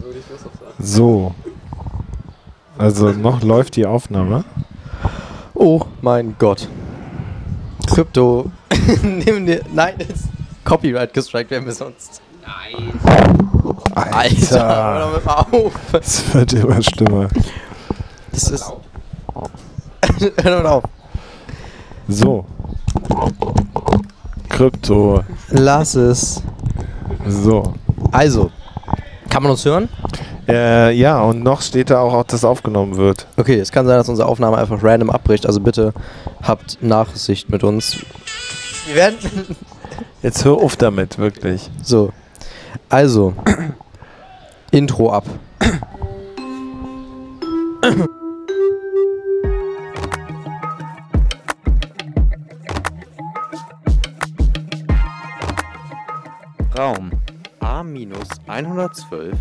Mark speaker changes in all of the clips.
Speaker 1: würde ich Josef sagen.
Speaker 2: So. Also noch läuft die Aufnahme.
Speaker 3: Oh mein Gott. Krypto. Nimm dir. Nein, das ist Copyright gestrikt werden wir sonst.
Speaker 1: Nein.
Speaker 3: Alter, hör doch mit mal auf.
Speaker 2: Es wird immer schlimmer.
Speaker 3: Das ist. Hör doch mal auf.
Speaker 2: So. Krypto.
Speaker 3: Lass es.
Speaker 2: So.
Speaker 3: Also, kann man uns hören?
Speaker 2: Äh, ja, und noch steht da auch, auch, dass aufgenommen wird.
Speaker 3: Okay, es kann sein, dass unsere Aufnahme einfach random abbricht, also bitte habt Nachsicht mit uns. Wir werden.
Speaker 2: Jetzt hör auf damit, wirklich.
Speaker 3: So. Also, Intro ab.
Speaker 4: Raum A-112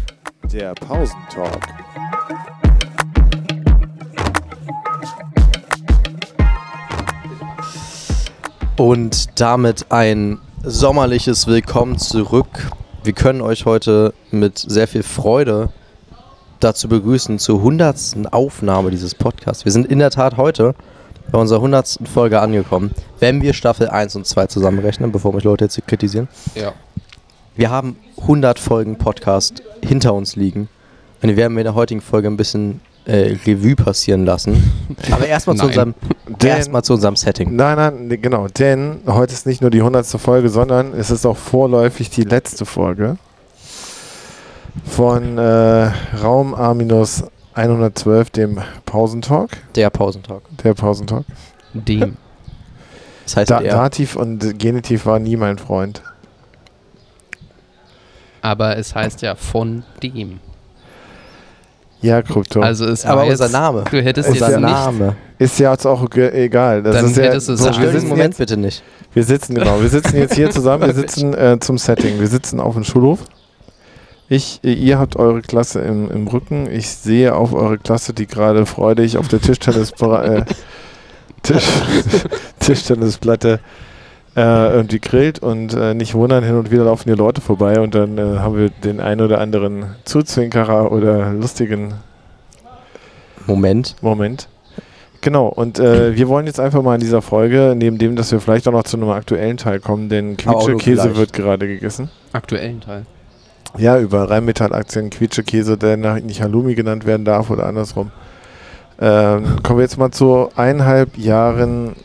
Speaker 2: Der Pausentalk.
Speaker 3: Und damit ein sommerliches Willkommen zurück. Wir können euch heute mit sehr viel Freude dazu begrüßen zur hundertsten Aufnahme dieses Podcasts. Wir sind in der Tat heute bei unserer hundertsten Folge angekommen, wenn wir Staffel 1 und 2 zusammenrechnen, bevor mich Leute jetzt hier kritisieren.
Speaker 1: Ja.
Speaker 3: Wir haben 100 Folgen Podcast hinter uns liegen. Und die werden wir in der heutigen Folge ein bisschen äh, Revue passieren lassen. Aber erstmal zu, unserem-
Speaker 1: Nein.
Speaker 3: erstmal zu unserem Setting.
Speaker 2: Nein, nein, nee, genau. Denn heute ist nicht nur die 100. Folge, sondern es ist auch vorläufig die letzte Folge von äh, Raum A-112, dem Pausentalk.
Speaker 3: Der Pausentalk.
Speaker 2: Der Pausentalk.
Speaker 1: Dem.
Speaker 3: Das heißt,
Speaker 2: Da
Speaker 3: der,
Speaker 2: Dativ und Genitiv war nie mein Freund.
Speaker 1: Aber es heißt ja von dem.
Speaker 2: Ja, Krypto.
Speaker 1: Also es
Speaker 3: aber
Speaker 1: war jetzt,
Speaker 3: unser Name.
Speaker 1: Du hättest
Speaker 2: Unser
Speaker 1: jetzt
Speaker 3: Unser
Speaker 1: nicht.
Speaker 3: Name.
Speaker 2: ist ja jetzt auch ge- egal. Das
Speaker 1: Dann
Speaker 2: ist ja,
Speaker 1: hättest du es
Speaker 2: so,
Speaker 1: sagen
Speaker 2: wir,
Speaker 3: Zerstör den
Speaker 2: sitzen
Speaker 3: Moment
Speaker 2: jetzt,
Speaker 3: bitte nicht.
Speaker 2: wir sitzen genau. Wir sitzen jetzt hier zusammen. Wir sitzen äh, zum Setting. Wir sitzen auf dem Schulhof. Ich, äh, ihr habt eure Klasse im, im Rücken. Ich sehe auf eure Klasse, die gerade freudig auf der Tischtennis äh, Tisch, Tischtennisplatte äh, irgendwie grillt und äh, nicht wundern, hin und wieder laufen hier Leute vorbei und dann äh, haben wir den einen oder anderen Zuzwinkerer oder lustigen
Speaker 3: Moment.
Speaker 2: Moment. Genau, und äh, wir wollen jetzt einfach mal in dieser Folge, neben dem, dass wir vielleicht auch noch zu einem aktuellen Teil kommen, denn
Speaker 3: Aber auch nur
Speaker 2: Quietsche-Käse
Speaker 3: vielleicht.
Speaker 2: wird gerade gegessen.
Speaker 1: Aktuellen Teil.
Speaker 2: Ja, über Rheinmetall-Aktien, Quietsche-Käse, der nach- nicht Halloumi genannt werden darf oder andersrum. Ähm, kommen wir jetzt mal zu eineinhalb Jahren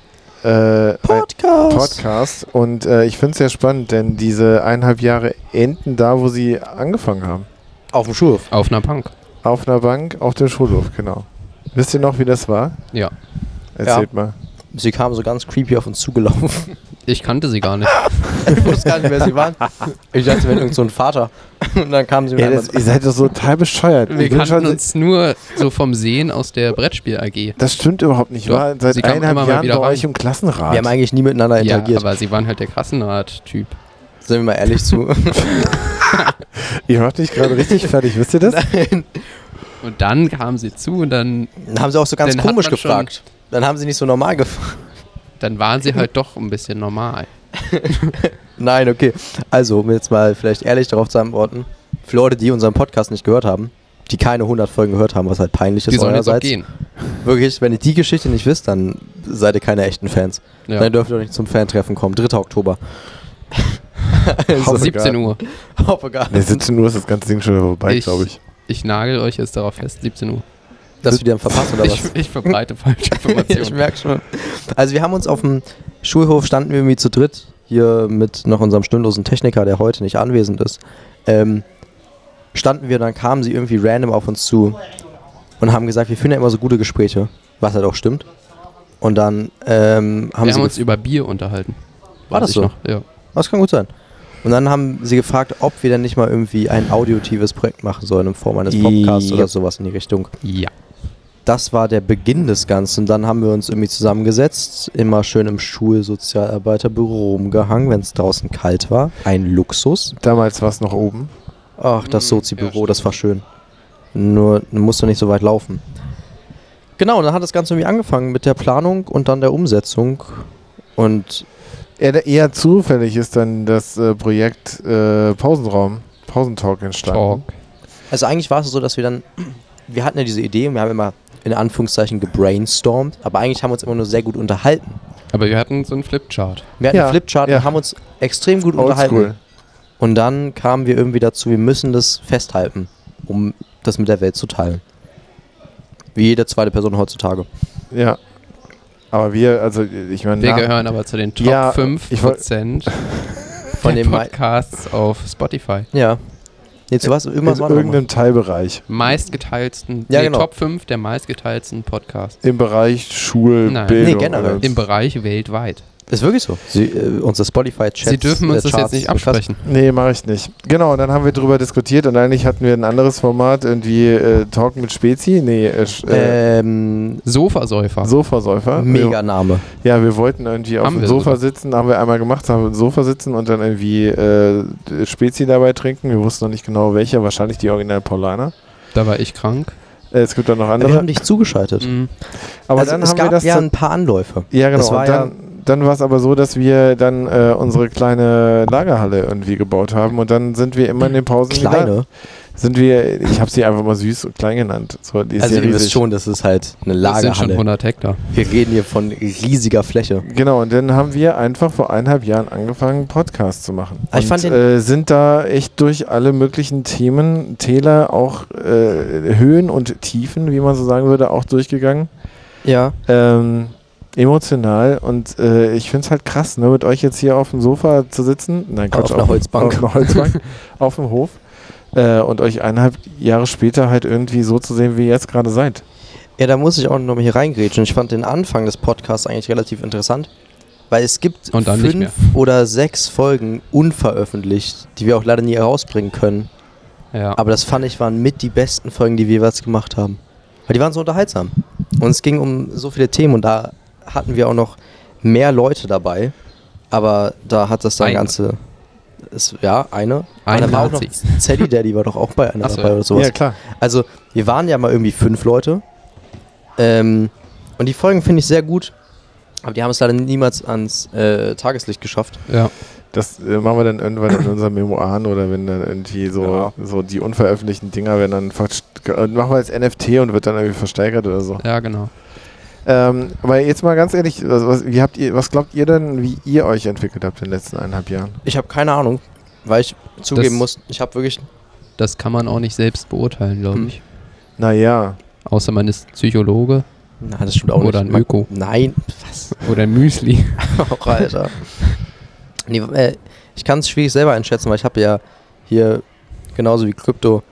Speaker 2: äh, ein-
Speaker 3: Podcast.
Speaker 2: Podcast und äh, ich finde es sehr spannend, denn diese eineinhalb Jahre enden da, wo sie angefangen haben.
Speaker 3: Auf dem Schulhof.
Speaker 1: Auf einer Punk.
Speaker 2: Auf einer Bank, auf dem Schulhof, genau. Wisst ihr noch, wie das war?
Speaker 1: Ja.
Speaker 2: Erzählt mal.
Speaker 3: Sie kamen so ganz creepy auf uns zugelaufen.
Speaker 1: Ich kannte sie gar nicht.
Speaker 3: Ich wusste gar nicht, wer sie waren. Ich dachte, sie wären irgend so ein Vater. Und dann kamen sie mit
Speaker 2: Ja,
Speaker 3: einem-
Speaker 2: das, ihr seid doch so total bescheuert.
Speaker 1: Wir
Speaker 2: Ich bin schon-
Speaker 1: kannten uns nur so vom Sehen aus der Brettspiel AG.
Speaker 2: das stimmt überhaupt nicht.
Speaker 1: Doch,
Speaker 2: War seit
Speaker 1: sie kamen immer
Speaker 2: eineinhalb
Speaker 1: mal
Speaker 2: Jahren bei
Speaker 1: wieder
Speaker 2: euch
Speaker 1: ran.
Speaker 2: im Klassenrat.
Speaker 3: Wir haben eigentlich nie miteinander
Speaker 1: Ja,
Speaker 3: interagiert.
Speaker 1: aber sie waren halt der Kassenrat-Typ.
Speaker 3: Sind wir mal ehrlich zu.
Speaker 2: ihr macht mich gerade richtig fertig, wisst ihr das?
Speaker 3: Nein.
Speaker 1: Und dann kamen sie zu und dann,
Speaker 3: Dann haben sie auch so ganz
Speaker 1: Dann hat
Speaker 3: komisch
Speaker 1: man schon-
Speaker 3: gefragt. Dann haben sie nicht so normal gefragt.
Speaker 1: dann waren sie halt doch ein bisschen normal.
Speaker 3: Nein, okay. Also, um jetzt mal vielleicht ehrlich darauf zu antworten. Für Leute, die unseren Podcast nicht gehört haben, die keine 100 Folgen gehört haben, was halt peinlich ist
Speaker 1: Die sollen jetzt auch
Speaker 3: eurerseits.
Speaker 1: gehen.
Speaker 3: Wirklich, wenn ihr die Geschichte nicht wisst, dann seid ihr keine echten Fans.
Speaker 1: Ja.
Speaker 3: Dann dürft ihr auch nicht zum Fantreffen kommen. 3. Oktober.
Speaker 2: Hoffe
Speaker 3: also,
Speaker 1: 17 Uhr.
Speaker 3: hoffe gar
Speaker 2: Ne,
Speaker 3: nicht,
Speaker 2: 17 Uhr ist das ganze Ding schon vorbei,
Speaker 1: Ich-
Speaker 2: glaube ich.
Speaker 1: Ich nagel euch jetzt darauf fest, 17 Uhr.
Speaker 3: dass wir die dann verpassen oder was?
Speaker 1: Ich, ich verbreite falsche Informationen.
Speaker 3: merke schon. Also wir haben uns auf dem Schulhof standen wir irgendwie zu dritt hier mit noch unserem stündlosen Techniker, der heute nicht anwesend ist. Ähm, standen wir, dann kamen sie irgendwie random auf uns zu und haben gesagt, wir führen ja immer so gute Gespräche, was halt auch stimmt. Und dann ähm, haben
Speaker 1: wir
Speaker 3: sie
Speaker 1: haben uns über Bier unterhalten.
Speaker 3: War
Speaker 1: Weiß
Speaker 3: das
Speaker 1: ich
Speaker 3: so?
Speaker 1: Noch. Ja.
Speaker 3: Das kann gut sein. Und dann haben sie gefragt, ob wir denn nicht mal irgendwie ein audiotives Projekt machen sollen in Form eines Podcasts
Speaker 2: Ja.
Speaker 3: oder sowas in die Richtung.
Speaker 1: ja.
Speaker 3: Das war der Beginn des Ganzen. Dann haben wir uns irgendwie zusammengesetzt, immer schön im Schulsozialarbeiterbüro rumgehangen, wenn es draußen kalt war. Ein Luxus.
Speaker 2: Damals war es noch oben.
Speaker 3: Ach, das
Speaker 1: Mm,
Speaker 3: Sozi-Büro,
Speaker 1: ja,
Speaker 3: das war schön. Nur musste nicht so weit laufen. Genau, und dann hat das Ganze irgendwie angefangen mit der Planung und dann der Umsetzung. Und
Speaker 2: Eher, eher zufällig ist dann das äh, Projekt äh, Pausenraum, Pausentalk entstanden.
Speaker 1: Talk.
Speaker 3: Also eigentlich war es so, dass wir dann, wir hatten ja diese Idee und wir haben immer in Anführungszeichen gebrainstormt, aber eigentlich haben wir uns immer nur sehr gut unterhalten.
Speaker 1: Aber wir hatten so einen Flipchart.
Speaker 3: Wir hatten
Speaker 2: Ja,
Speaker 3: einen Flipchart
Speaker 2: ja.
Speaker 3: und haben uns extrem gut unterhalten.
Speaker 2: Oldschool.
Speaker 3: Und dann kamen wir irgendwie dazu, wir müssen das festhalten, um das mit der Welt zu teilen. Wie jede zweite Person heutzutage.
Speaker 2: Ja. Aber wir, also ich meine,
Speaker 1: Wir
Speaker 2: na-
Speaker 1: gehören aber zu den Top
Speaker 2: Ja,
Speaker 1: 5%
Speaker 2: ich wollt-
Speaker 1: Prozent
Speaker 3: Von
Speaker 1: der
Speaker 3: dem Mai-
Speaker 1: Podcasts auf Spotify.
Speaker 3: Ja. Nee, zu was? Irgendwas
Speaker 2: in
Speaker 1: Äh,
Speaker 3: war noch mal.
Speaker 2: irgendeinem Teilbereich.
Speaker 1: Meistgeteilsten,
Speaker 3: Ja,
Speaker 1: nee,
Speaker 3: genau.
Speaker 1: Top 5 der meistgeteilsten Podcasts
Speaker 2: Im Bereich
Speaker 1: Nein.
Speaker 2: Schulbildung.
Speaker 3: Nee, generell.
Speaker 1: im Bereich weltweit.
Speaker 3: Ist wirklich so. Sie, äh, unser Spotify-Chat.
Speaker 1: Sie dürfen uns das jetzt nicht absprechen.
Speaker 2: Nee, mache ich nicht. Genau, und dann haben wir drüber diskutiert und eigentlich hatten wir ein anderes Format, irgendwie äh, Talk mit Spezi. Nee, äh, sch- äh,
Speaker 3: Ähm,
Speaker 1: Sofasäufer. Ah,
Speaker 2: Sofasäufer.
Speaker 3: mega Name.
Speaker 2: Ja, wir wollten irgendwie auf
Speaker 1: Haben
Speaker 2: dem
Speaker 1: wir
Speaker 2: Sofa
Speaker 1: sogar.
Speaker 2: sitzen, haben wir einmal gemacht, haben wir auf dem Sofa sitzen und dann irgendwie äh, Spezi dabei trinken. Wir wussten noch nicht genau welche, wahrscheinlich die Original Paulaner.
Speaker 1: Da war ich krank.
Speaker 2: Äh, es gibt da noch
Speaker 3: Wir haben
Speaker 2: andere.
Speaker 3: dich zugeschaltet.
Speaker 1: Mhm.
Speaker 2: Aber
Speaker 3: also
Speaker 2: dann
Speaker 3: es
Speaker 2: haben
Speaker 3: gab
Speaker 2: wir das
Speaker 3: ja
Speaker 2: dann-
Speaker 3: ein paar Anläufe.
Speaker 2: Ja, genau.
Speaker 3: Das war
Speaker 2: und dann, dann war es aber so, dass wir dann äh, unsere kleine Lagerhalle irgendwie gebaut haben und dann sind wir immer in den Pausen wieder-
Speaker 3: Kleine.
Speaker 2: Sind wir, ich habe sie einfach mal süß und klein genannt. So, die ist
Speaker 3: Also
Speaker 2: ja
Speaker 3: ihr
Speaker 2: riesig.
Speaker 3: wisst schon, das ist halt eine
Speaker 1: Das sind schon
Speaker 3: Lagerhalle.
Speaker 1: 100 Hektar.
Speaker 3: Wir reden hier von riesiger Fläche.
Speaker 2: Genau, und dann haben wir einfach vor eineinhalb Jahren angefangen, Podcasts zu machen.
Speaker 3: Ah, ich
Speaker 2: und,
Speaker 3: fand den-
Speaker 2: äh, sind da echt durch alle möglichen Themen, Täler, auch äh, Höhen und Tiefen, wie man so sagen würde, auch durchgegangen.
Speaker 3: Ja.
Speaker 2: Ähm, emotional und äh, ich finde es halt krass, ne, mit euch jetzt hier auf dem Sofa zu sitzen. Nein,
Speaker 3: Auf
Speaker 2: Quatsch,
Speaker 3: einer Holzbank.
Speaker 2: Auf einer Holzbank, auf dem Hof. Äh, und euch eineinhalb Jahre später halt irgendwie so zu sehen, wie ihr jetzt gerade seid.
Speaker 3: Ja, da muss ich auch nochmal hier reingrätschen. Ich fand den Anfang des Podcasts eigentlich relativ interessant, weil es gibt
Speaker 1: Und dann nicht
Speaker 3: fünf oder sechs Folgen unveröffentlicht, die wir auch leider nie herausbringen können.
Speaker 1: Ja.
Speaker 3: Aber das fand ich waren mit die besten Folgen, die wir jeweils gemacht haben. Weil die waren so unterhaltsam. Und es ging um so viele Themen und da hatten wir auch noch mehr Leute dabei. Aber da hat das dann
Speaker 1: Eine.
Speaker 3: ganze. Es, ja, eine.
Speaker 1: Eine
Speaker 3: Aber da war auch noch
Speaker 1: Nazi.
Speaker 3: Sally Daddy war doch auch bei einer
Speaker 1: Ach so,
Speaker 3: dabei
Speaker 1: ja.
Speaker 3: oder sowas.
Speaker 2: Ja, klar.
Speaker 3: Also, wir waren ja mal irgendwie fünf Leute. Ähm, und die Folgen finde ich sehr gut. Aber die haben es leider niemals ans äh, Tageslicht geschafft.
Speaker 1: ja.
Speaker 2: Das äh, machen wir dann irgendwann in unseren Memoiren oder wenn dann irgendwie so, so die unveröffentlichten Dinger werden dann verst- und machen wir als NFT und wird dann irgendwie versteigert oder so.
Speaker 1: ja, genau.
Speaker 2: Ähm, aber jetzt mal ganz ehrlich, was, was, wie habt ihr, was glaubt ihr denn, wie ihr euch entwickelt habt in den letzten eineinhalb Jahren?
Speaker 3: Ich habe keine Ahnung, weil ich zugeben muss, ich habe wirklich.
Speaker 1: Das kann man auch nicht selbst beurteilen, glaube
Speaker 3: Hm.
Speaker 1: ich.
Speaker 2: Naja,
Speaker 1: Außer man ist Psychologe
Speaker 3: Na, das stimmt auch
Speaker 1: Oder
Speaker 3: nicht.
Speaker 1: ein Öko.
Speaker 3: Nein, was?
Speaker 1: oder ein Müsli.
Speaker 3: auch, Alter. Nee, äh, ich kann es schwierig selber einschätzen, weil ich habe ja hier genauso wie Krypto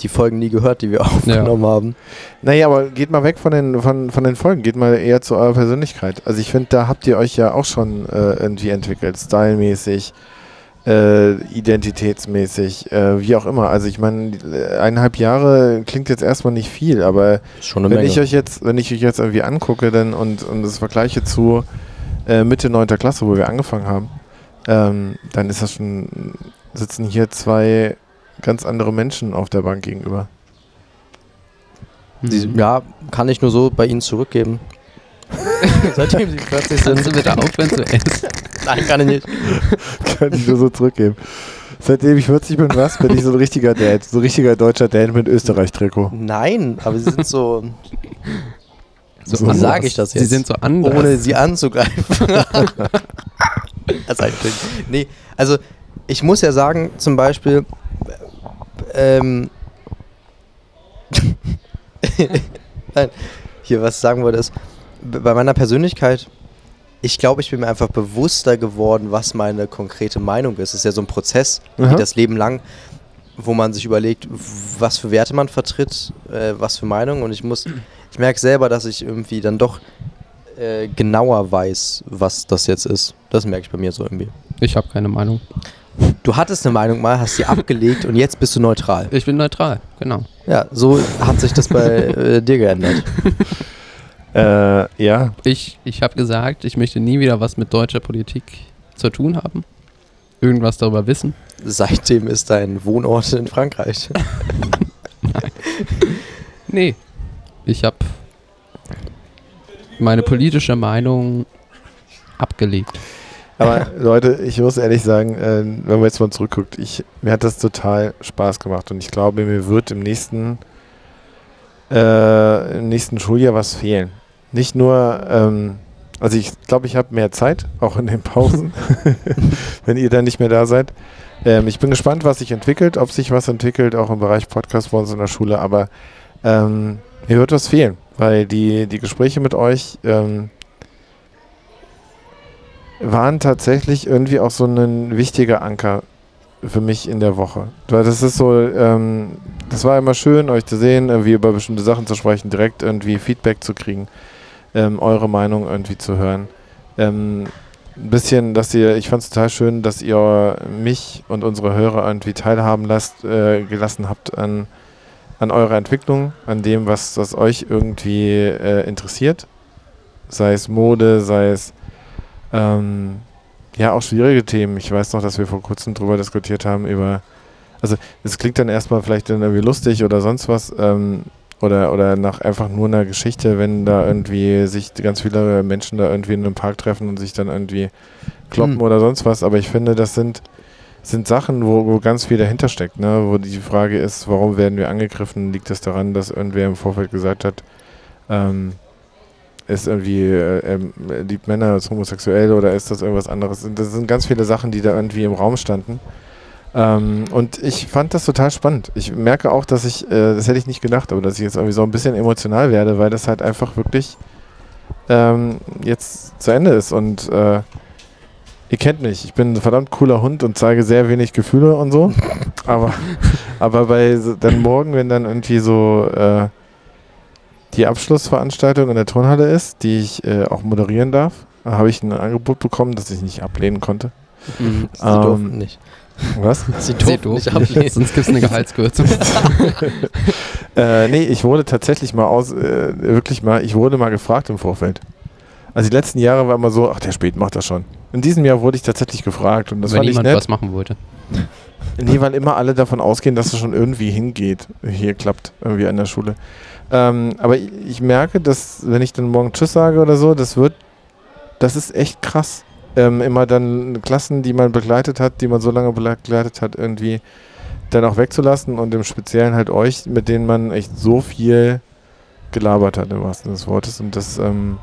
Speaker 3: die Folgen nie gehört, die wir aufgenommen haben.
Speaker 2: naja, aber geht mal weg von den, von, von den Folgen, geht mal eher zu eurer Persönlichkeit. Also ich finde, da habt ihr euch ja auch schon äh, irgendwie entwickelt, stylmäßig, äh, identitätsmäßig, äh, wie auch immer. Also ich meine, äh, eineinhalb Jahre klingt jetzt erstmal nicht viel, aber
Speaker 3: Ist schon eine
Speaker 2: wenn
Speaker 3: Menge.
Speaker 2: ich euch jetzt, wenn ich euch jetzt irgendwie angucke dann und, und das vergleiche zu äh, Mitte 9. Klasse, wo wir angefangen haben, ähm, dann ist das schon, sitzen hier zwei ganz andere Menschen auf der Bank gegenüber.
Speaker 1: Mhm.
Speaker 3: Sie, ja, kann ich nur so bei Ihnen zurückgeben. Seitdem Sie 40
Speaker 1: Kannst
Speaker 3: sind.
Speaker 1: du bitte aufhören zu essen?
Speaker 3: Nein, kann ich nicht.
Speaker 2: Kann ich nur so zurückgeben. Seitdem ich 40 bin, was, bin ich so ein richtiger Dad, so ein richtiger deutscher Dad mit Österreich-Trikot.
Speaker 3: Nein, aber Sie sind so,
Speaker 1: So
Speaker 2: Wie
Speaker 1: anders.
Speaker 3: sage ich das
Speaker 1: Sie
Speaker 3: jetzt?
Speaker 1: sind so anders.
Speaker 3: ohne Sie anzugreifen. das ist ein Ding. Nee, also ich muss ja sagen, zum Beispiel, ähm, Nein, hier was ich sagen wollte ist, b- bei meiner Persönlichkeit, ich glaube, ich bin mir einfach bewusster geworden, was meine konkrete Meinung ist. Es ist ja so ein Prozess,
Speaker 2: Aha.
Speaker 3: wie das Leben lang, wo man sich überlegt, w- was für Werte man vertritt, äh, was für Meinungen. Und ich muss, ich merke selber, dass ich irgendwie dann doch äh, genauer weiß, was das jetzt ist. Das merke ich bei mir so irgendwie.
Speaker 1: Ich habe keine Meinung.
Speaker 3: Du hattest eine Meinung mal, hast sie abgelegt und jetzt bist du neutral.
Speaker 1: Ich bin neutral, genau.
Speaker 3: Ja, so hat sich das bei äh, dir geändert.
Speaker 2: Äh, ja,
Speaker 1: Ich, ich habe gesagt, ich möchte nie wieder was mit deutscher Politik zu tun haben. Irgendwas darüber wissen.
Speaker 3: Seitdem ist dein Wohnort in Frankreich.
Speaker 1: Nee. Ich habe meine politische Meinung abgelegt.
Speaker 2: Aber Leute, ich muss ehrlich sagen, äh, wenn man jetzt mal zurückguckt, ich, mir hat das total Spaß gemacht und ich glaube, mir wird im nächsten, äh, im nächsten Schuljahr was fehlen. Nicht nur, ähm, also ich glaube, ich habe mehr Zeit, auch in den Pausen, wenn ihr dann nicht mehr da seid. Ähm, ich bin gespannt, was sich entwickelt, ob sich was entwickelt, auch im Bereich Podcast bei uns in der Schule, aber ähm, mir wird was fehlen, weil die, die Gespräche mit euch, ähm, waren tatsächlich irgendwie auch so ein wichtiger Anker für mich in der Woche. Weil das ist so, ähm, das war immer schön, euch zu sehen, irgendwie über bestimmte Sachen zu sprechen, direkt irgendwie Feedback zu kriegen, ähm, eure Meinung irgendwie zu hören. Ähm, ein bisschen, dass ihr, ich fand es total schön, dass ihr mich und unsere Hörer irgendwie teilhaben lasst, äh, gelassen habt an, an eurer Entwicklung, an dem, was, was euch irgendwie äh, interessiert. Sei es Mode, sei es ähm, ja, auch schwierige Themen. Ich weiß noch, dass wir vor kurzem drüber diskutiert haben, über. Also, es klingt dann erstmal vielleicht dann irgendwie lustig oder sonst was. Ähm, oder, oder nach einfach nur einer Geschichte, wenn da irgendwie sich ganz viele Menschen da irgendwie in einem Park treffen und sich dann irgendwie kloppen
Speaker 3: Hm.
Speaker 2: oder sonst was. Aber ich finde, das sind, sind Sachen, wo, wo ganz viel dahinter steckt. Ne? Wo die Frage ist, warum werden wir angegriffen? Liegt das daran, dass irgendwer im Vorfeld gesagt hat, ähm, ist irgendwie, äh, ähm, liebt Männer, ist homosexuell oder ist das irgendwas anderes? Und Das sind ganz viele Sachen, die da irgendwie im Raum standen. Ähm, und ich fand das total spannend. Ich merke auch, dass ich, äh, das hätte ich nicht gedacht, aber dass ich jetzt irgendwie so ein bisschen emotional werde, weil das halt einfach wirklich ähm, jetzt zu Ende ist. Und äh, ihr kennt mich, ich bin ein verdammt cooler Hund und zeige sehr wenig Gefühle und so. aber, aber bei so- dann morgen, wenn dann irgendwie so äh, die Abschlussveranstaltung in der Turnhalle ist, die ich äh, auch moderieren darf, habe ich ein Angebot bekommen, das ich nicht ablehnen konnte.
Speaker 1: Mhm.
Speaker 3: Sie durften
Speaker 2: Ähm,
Speaker 3: nicht.
Speaker 2: Was?
Speaker 3: Sie
Speaker 1: Sie
Speaker 3: durften nicht
Speaker 1: doof.
Speaker 3: ablehnen.
Speaker 1: Sonst gibt es eine Gehaltskürzung.
Speaker 2: Äh, nee, ich wurde tatsächlich mal aus, äh, wirklich mal, ich wurde mal gefragt im Vorfeld. Also die letzten Jahre war immer so, ach der Spät macht das schon. In diesem Jahr wurde ich tatsächlich gefragt und das
Speaker 1: wenn
Speaker 2: fand ich
Speaker 1: jemand
Speaker 2: nett.
Speaker 1: was machen wollte.
Speaker 2: Nee, weil immer alle davon ausgehen, dass es schon irgendwie hingeht. Hier klappt irgendwie an der Schule. Ähm, aber ich, ich merke, dass wenn ich dann morgen Tschüss sage oder so, das wird, das ist echt krass. Ähm, immer dann Klassen, die man begleitet hat, die man so lange begleitet hat, irgendwie dann auch wegzulassen und im Speziellen halt euch, mit denen man echt so viel gelabert hat, im wahrsten Sinne des Wortes. Und das, ähm,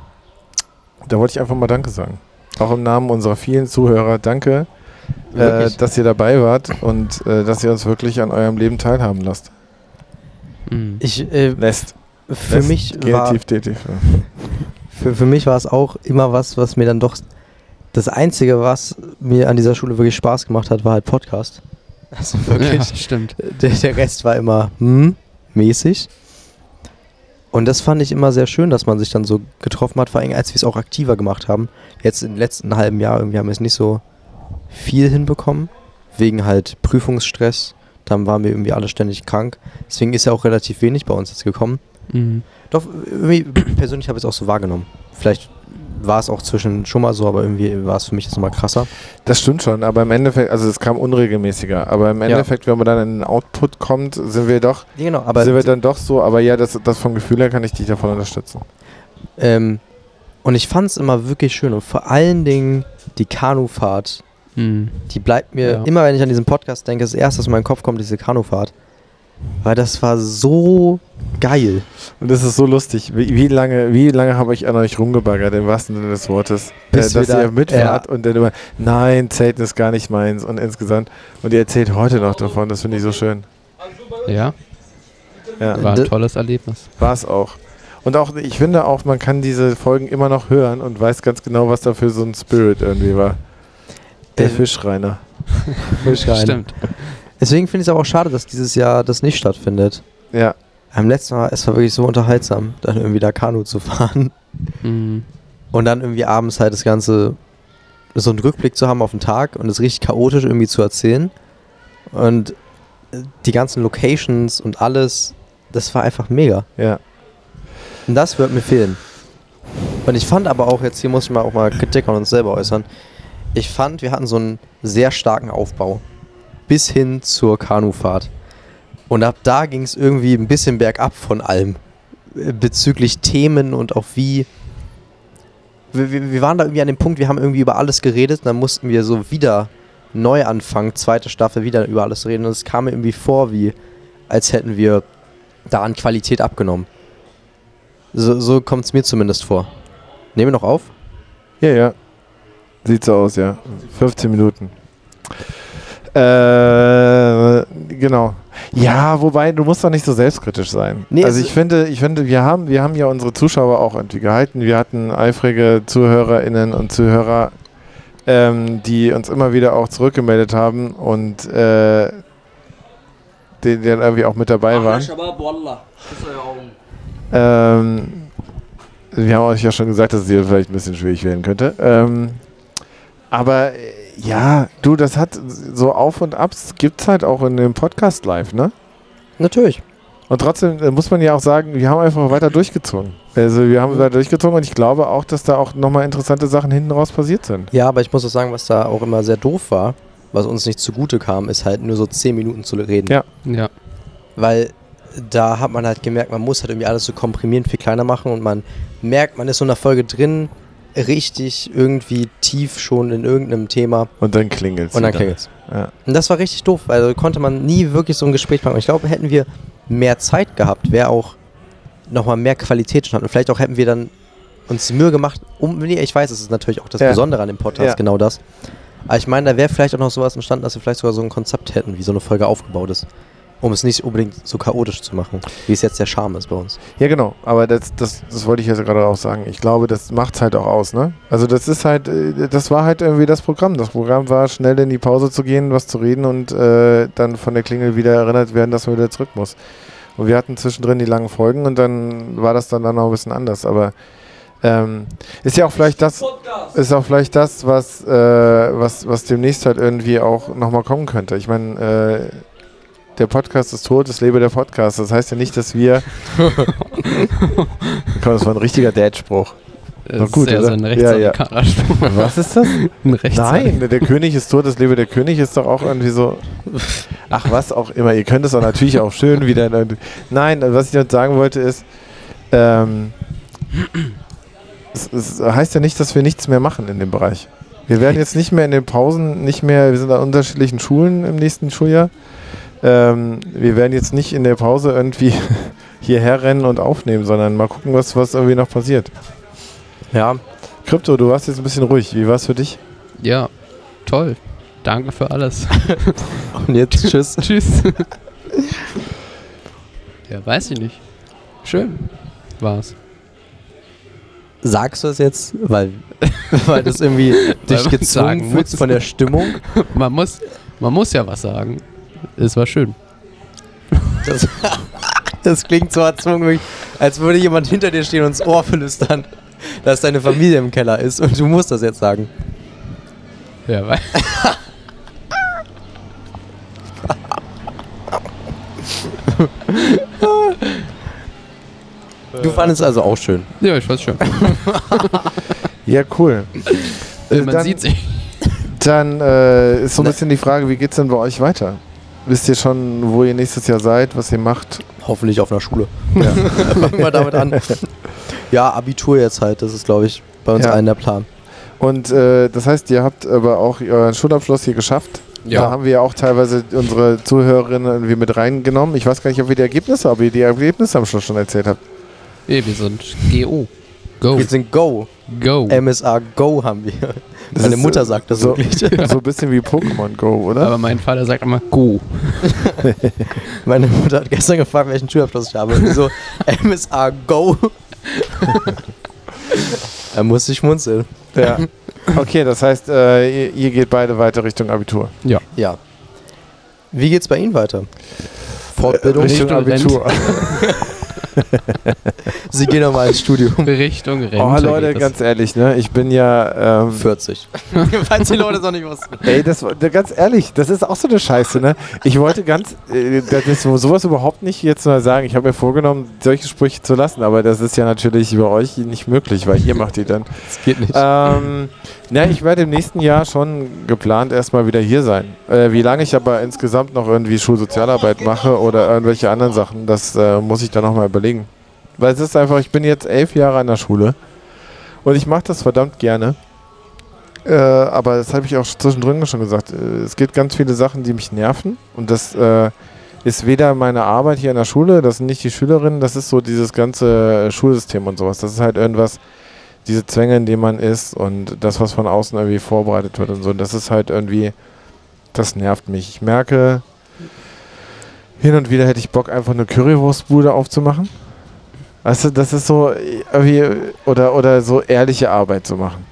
Speaker 2: da wollte ich einfach mal Danke sagen. Auch im Namen unserer vielen Zuhörer, danke äh,
Speaker 3: Wirklich.
Speaker 2: dass ihr dabei wart und äh, dass ihr uns wirklich an eurem Leben teilhaben lasst.
Speaker 1: Mhm.
Speaker 3: Ich, äh,
Speaker 2: Lässt.
Speaker 3: für
Speaker 2: lässt.
Speaker 3: mich war
Speaker 2: Genitiv, Dativ. ja.
Speaker 3: Für, für mich war es auch immer was, was mir dann doch das Einzige, was mir an dieser Schule wirklich Spaß gemacht hat, war halt Podcast. Also
Speaker 1: Ja,
Speaker 3: wirklich,
Speaker 1: stimmt.
Speaker 3: der, der Rest war immer hm, mäßig. Und das fand ich immer sehr schön, dass man sich dann so getroffen hat, vor allem als wir es auch aktiver gemacht haben. Jetzt im letzten halben Jahr irgendwie haben wir es nicht so viel hinbekommen, wegen halt Prüfungsstress. Dann waren wir irgendwie alle ständig krank. Deswegen ist ja auch relativ wenig bei uns jetzt gekommen.
Speaker 1: Mhm.
Speaker 3: Doch, irgendwie persönlich habe ich es auch so wahrgenommen. Vielleicht war es auch zwischen schon mal so, aber irgendwie war es für mich jetzt nochmal krasser.
Speaker 2: Das stimmt schon, aber im Endeffekt, also es kam unregelmäßiger, aber im Endeffekt, wenn man dann in den Output kommt, sind wir doch,
Speaker 3: Ja, genau, aber
Speaker 2: sind wir dann doch so, aber ja, das, das vom Gefühl her kann ich dich davon unterstützen.
Speaker 3: ähm, und ich fand es immer wirklich schön und vor allen Dingen die Kanufahrt,
Speaker 1: Mhm.
Speaker 3: die bleibt mir
Speaker 1: Ja.
Speaker 3: immer, wenn ich an diesen Podcast denke, das erste, was in meinen Kopf kommt, diese Kanufahrt. Weil das war so geil.
Speaker 2: Und das ist so lustig. Wie, wie lange, wie lange habe ich an euch rumgebaggert, im wahrsten Sinne des Wortes,
Speaker 3: Bis
Speaker 2: äh,
Speaker 3: wir
Speaker 2: dass
Speaker 3: da-
Speaker 2: ihr mitfahrt und dann immer, nein, Zelten ist gar nicht meins und insgesamt. Und ihr erzählt heute noch davon, das finde ich so schön.
Speaker 1: Ja,
Speaker 2: Ja.
Speaker 1: war ein
Speaker 3: D-
Speaker 1: tolles Erlebnis.
Speaker 2: War es auch. Und auch, ich finde auch, man kann diese Folgen immer noch hören und weiß ganz genau, was da für so ein Spirit irgendwie war. Der
Speaker 3: Äh,
Speaker 2: Fischreiner.
Speaker 1: Stimmt.
Speaker 3: Deswegen finde ich es aber auch schade, dass dieses Jahr das nicht stattfindet.
Speaker 2: Ja.
Speaker 3: Am letzten Mal, es war wirklich so unterhaltsam, dann irgendwie da Kanu zu fahren.
Speaker 1: Mhm.
Speaker 3: Und dann irgendwie abends halt das Ganze, so einen Rückblick zu haben auf den Tag und es richtig chaotisch irgendwie zu erzählen. Und äh, die ganzen Locations und alles, das war einfach mega.
Speaker 2: Ja.
Speaker 3: Und das wird mir fehlen. Und ich fand aber auch, jetzt hier muss ich mal auch mal Kritik an uns selber äußern. Ich fand, wir hatten so einen sehr starken Aufbau. Bis hin zur Kanufahrt. Und ab da ging es irgendwie ein bisschen bergab von allem. Äh, Bezüglich Themen und auch wie, wir, wir, wir waren da irgendwie an dem Punkt, wir haben irgendwie über alles geredet und dann mussten wir so wieder neu anfangen, zweite Staffel wieder über alles reden. Und es kam mir irgendwie vor, wie als hätten wir da an Qualität abgenommen. So, so kommt es mir zumindest vor. Nehmen wir noch auf?
Speaker 2: Ja, ja. Sieht so aus, ja. 15 Minuten. Äh, genau. Ja, wobei, du musst doch nicht so selbstkritisch sein.
Speaker 3: Nee,
Speaker 2: also
Speaker 3: es-
Speaker 2: ich finde, ich finde, wir haben, wir haben ja unsere Zuschauer auch irgendwie gehalten. Wir hatten eifrige ZuhörerInnen und Zuhörer, ähm, die uns immer wieder auch zurückgemeldet haben und äh, die, die dann irgendwie auch mit dabei waren. Ähm, wir haben euch ja schon gesagt, dass es hier vielleicht ein bisschen schwierig werden könnte. Ähm, aber äh, ja, du, das hat so Auf und Abs gibt's halt auch in dem Podcast live, ne?
Speaker 3: Natürlich.
Speaker 2: Und trotzdem äh, muss man ja auch sagen, wir haben einfach weiter durchgezogen. Also wir haben weiter durchgezogen und ich glaube auch, dass da auch nochmal interessante Sachen hinten raus passiert sind.
Speaker 3: Ja, aber ich muss auch sagen, was da auch immer sehr doof war, was uns nicht zugute kam, ist halt nur so 10 Minuten zu reden.
Speaker 2: Ja.
Speaker 1: Ja.
Speaker 3: Weil da hat man halt gemerkt, man muss halt irgendwie alles so komprimieren, viel kleiner machen und man merkt, man ist so in der Folge drin, richtig irgendwie tief schon in irgendeinem Thema
Speaker 2: Und dann klingelt's.
Speaker 3: und dann
Speaker 2: wieder.
Speaker 3: klingelt's.
Speaker 2: Ja.
Speaker 3: Und das war richtig doof, also konnte man nie wirklich so ein Gespräch machen. Ich glaube, hätten wir mehr Zeit gehabt, wäre auch nochmal mehr Qualität schon hatten. Vielleicht auch hätten wir dann uns Mühe gemacht, um, nee, ich weiß, es ist natürlich auch das
Speaker 2: Ja.
Speaker 3: Besondere an dem Podcast,
Speaker 2: Ja.
Speaker 3: genau das. Aber ich meine, da wäre vielleicht auch noch sowas entstanden, dass wir vielleicht sogar so ein Konzept hätten, wie so eine Folge aufgebaut ist. Um es nicht unbedingt so chaotisch zu machen, wie es jetzt der Charme ist bei uns.
Speaker 2: Ja, genau. Aber das, das, das wollte ich jetzt gerade auch sagen. Ich glaube, das macht's halt auch aus, ne? Also das ist halt, äh, das war halt irgendwie das Programm. Das Programm war, schnell in die Pause zu gehen, was zu reden und äh, dann von der Klingel wieder erinnert werden, dass man wieder zurück muss. Und wir hatten zwischendrin die langen Folgen und dann war das dann, dann noch ein bisschen anders. Aber ähm, ist ja auch vielleicht das, ist auch vielleicht das, was, äh, was, was demnächst halt irgendwie auch nochmal kommen könnte. Ich meine, äh, der Podcast ist tot, es lebe der Podcast. Das heißt ja nicht, dass wir. Komm, das war ein richtiger Dad-Spruch.
Speaker 1: Das
Speaker 2: gut,
Speaker 1: ist ja
Speaker 2: oder?
Speaker 1: so ein
Speaker 2: Ja, ja.
Speaker 1: Rechtsankarasprung.
Speaker 2: Was ist das?
Speaker 1: Ein Rechtsank-
Speaker 2: Nein, der König ist tot, es lebe der König ist doch auch irgendwie so. Ach, was auch immer. Ihr könnt es auch natürlich auch schön wieder. in- Nein, was ich damit sagen wollte ist, ähm, es, es heißt ja nicht, dass wir nichts mehr machen in dem Bereich. Wir werden jetzt nicht mehr in den Pausen, nicht mehr, wir sind an unterschiedlichen Schulen im nächsten Schuljahr. Ähm, wir werden jetzt nicht in der Pause irgendwie hierher rennen und aufnehmen, sondern mal gucken, was, was irgendwie noch passiert.
Speaker 3: Ja,
Speaker 2: Krypto, du warst jetzt ein bisschen ruhig. Wie war es für dich?
Speaker 1: Ja, toll. Danke für alles.
Speaker 3: und jetzt tschüss.
Speaker 1: Tschüss. ja, weiß ich nicht. Schön war's.
Speaker 3: Sagst du es jetzt, weil, weil das irgendwie dich
Speaker 1: man's
Speaker 3: gezwungen
Speaker 1: sagen
Speaker 3: fühlt
Speaker 1: muss.
Speaker 3: von der Stimmung?
Speaker 1: Man muss, man muss ja was sagen. Es war schön.
Speaker 3: Das, das klingt so erzwungen, wirklich, als würde jemand hinter dir stehen und ins Ohr flüstern, dass deine Familie im Keller ist und du musst das jetzt sagen.
Speaker 1: Ja, weil
Speaker 3: Du fandest es also auch schön.
Speaker 1: ja, ich weiß schon.
Speaker 2: Ja, cool. Äh,
Speaker 1: Man sieht sich.
Speaker 2: Dann äh, ist so ein
Speaker 3: Ne.
Speaker 2: bisschen die Frage, wie geht's denn bei euch weiter? Wisst ihr schon, wo ihr nächstes Jahr seid, was ihr macht?
Speaker 3: Hoffentlich auf einer Schule. Fangen wir damit an. Ja, Abitur jetzt halt, das ist, glaube ich, bei uns
Speaker 2: Ja.
Speaker 3: allen der Plan.
Speaker 2: Und äh, das heißt, ihr habt aber auch euren Schulabschluss hier geschafft.
Speaker 1: Ja.
Speaker 2: Da haben wir ja auch teilweise unsere Zuhörerinnen irgendwie mit reingenommen. Ich weiß gar nicht, ob wir die Ergebnisse, ob ihr die Ergebnisse am Schluss schon erzählt habt.
Speaker 1: Ey, wir sind GO. Go.
Speaker 3: Wir sind Go.
Speaker 1: Go.
Speaker 3: MSA Go haben wir.
Speaker 2: Das
Speaker 3: Meine
Speaker 2: ist,
Speaker 3: Mutter
Speaker 2: äh,
Speaker 3: sagt das
Speaker 2: so,
Speaker 3: wirklich.
Speaker 2: so ein bisschen wie Pokémon Go, oder?
Speaker 1: Aber mein Vater sagt immer Go.
Speaker 3: Meine Mutter hat gestern gefragt, welchen Schulabschluss ich habe. Und So, MSA Go. er muss sich schmunzeln.
Speaker 2: Ja. Okay, das heißt, äh, ihr, ihr geht beide weiter Richtung Abitur.
Speaker 3: Ja. Wie geht's bei Ihnen weiter? Fortbildung?
Speaker 2: Richtung
Speaker 1: Student.
Speaker 2: Abitur.
Speaker 3: Sie gehen nochmal ins Studium.
Speaker 1: Richtung Rente.
Speaker 2: Oh, Leute,
Speaker 1: geht das.
Speaker 2: ganz ehrlich, ne? Ich bin ja. Ähm,
Speaker 3: 40. Falls die Leute es noch nicht wussten.
Speaker 2: Ey, das war- da- ganz ehrlich, das ist auch so eine Scheiße, ne? Ich wollte ganz, äh, das ist so- sowas überhaupt nicht jetzt mal sagen. Ich habe mir vorgenommen, solche Sprüche zu lassen, aber das ist ja natürlich bei euch nicht möglich, weil ihr macht die dann.
Speaker 3: Das geht nicht.
Speaker 2: Ähm, na, ich werde im nächsten Jahr schon geplant erstmal wieder hier sein. Äh, wie lange ich aber insgesamt noch irgendwie Schulsozialarbeit mache oder irgendwelche anderen Sachen, das äh, muss ich dann nochmal überlegen. Weil es ist einfach, ich bin jetzt elf Jahre an der Schule Und ich mache das verdammt gerne. Äh, aber das habe ich auch zwischendrin schon gesagt. Äh, es gibt ganz viele Sachen, die mich nerven. Und das äh, ist weder meine Arbeit hier in der Schule, das sind nicht die Schülerinnen, das ist so dieses ganze Schulsystem und sowas. Das ist halt irgendwas, diese Zwänge, in denen man ist und das, was von außen irgendwie vorbereitet wird und so. Das ist halt irgendwie, das nervt mich. Ich merke, hin und wieder hätte ich Bock, einfach eine Currywurstbude aufzumachen. Weißt du, das ist so irgendwie, oder, oder so ehrliche Arbeit zu machen.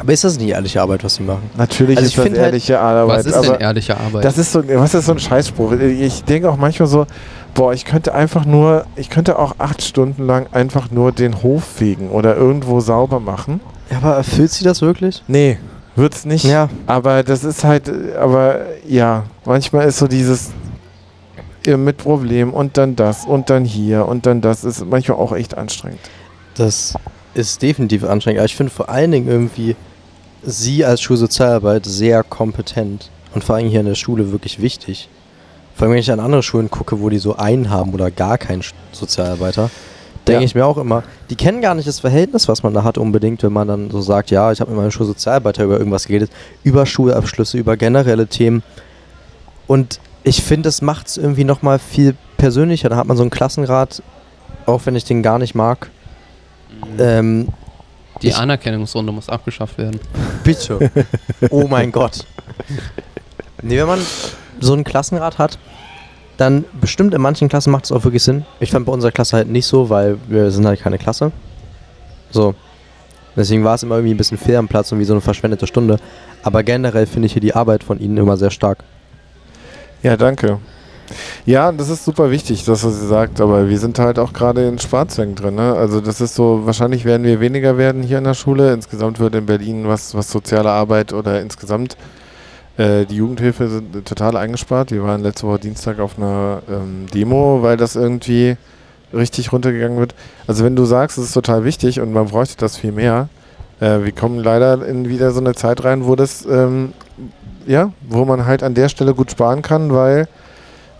Speaker 3: Aber ist das nicht ehrliche Arbeit, was sie machen?
Speaker 2: Natürlich
Speaker 3: Also ich
Speaker 2: ist das
Speaker 3: find halt-
Speaker 2: ehrliche Arbeit.
Speaker 1: Was ist
Speaker 2: aber
Speaker 1: denn ehrliche Arbeit?
Speaker 2: das ist so, was ist so ein Scheißspruch? Ich denke auch manchmal so, boah, ich könnte einfach nur, ich könnte auch acht Stunden lang einfach nur den Hof fegen oder irgendwo sauber machen.
Speaker 3: Ja, aber erfüllt sie das wirklich?
Speaker 2: Nee, wird's nicht.
Speaker 3: Ja.
Speaker 2: Aber das ist halt, äh, aber ja, manchmal ist so dieses äh, mit Problem und dann das und dann hier und dann das ist manchmal auch echt anstrengend.
Speaker 3: Das ist definitiv anstrengend. Aber ich finde vor allen Dingen irgendwie sie als Schulsozialarbeit sehr kompetent und vor allem hier in der Schule wirklich wichtig. Vor allem, wenn ich an andere Schulen gucke, wo die so einen haben oder gar keinen Sch- Sozialarbeiter, denke
Speaker 2: Ja.
Speaker 3: ich mir auch immer, die kennen gar nicht das Verhältnis, was man da hat unbedingt, wenn man dann so sagt, ja, ich habe mit meinem Schulsozialarbeiter über irgendwas geredet, über Schulabschlüsse, über generelle Themen. Und ich finde, das macht es irgendwie nochmal viel persönlicher. Da hat man so einen Klassenrat, auch wenn ich den gar nicht mag. Ähm,
Speaker 1: Die
Speaker 3: ich-
Speaker 1: Anerkennungsrunde muss abgeschafft werden.
Speaker 3: Bitte. Oh mein Gott. Nee, wenn man so einen Klassenrat hat, dann bestimmt in manchen Klassen macht es auch wirklich Sinn. Ich fand bei unserer Klasse halt nicht so, weil wir sind halt keine Klasse. So. Deswegen war es immer irgendwie ein bisschen fehl am Platz und wie so eine verschwendete Stunde. Aber generell finde ich hier die Arbeit von ihnen immer sehr stark.
Speaker 2: Ja, danke. Ja, das ist super wichtig, dass er sie sagt, aber wir sind halt auch gerade in Sparzwängen drin. Ne? Also das ist so, wahrscheinlich werden wir weniger werden hier in der Schule. Insgesamt wird in Berlin was, was soziale Arbeit oder insgesamt äh, die Jugendhilfe sind total eingespart. Wir waren letzte Woche Dienstag auf einer ähm, Demo, weil das irgendwie richtig runtergegangen wird. Also wenn du sagst, es ist total wichtig und man bräuchte das viel mehr, äh, wir kommen leider in wieder so eine Zeit rein, wo das ähm, ja, wo man halt an der Stelle gut sparen kann, weil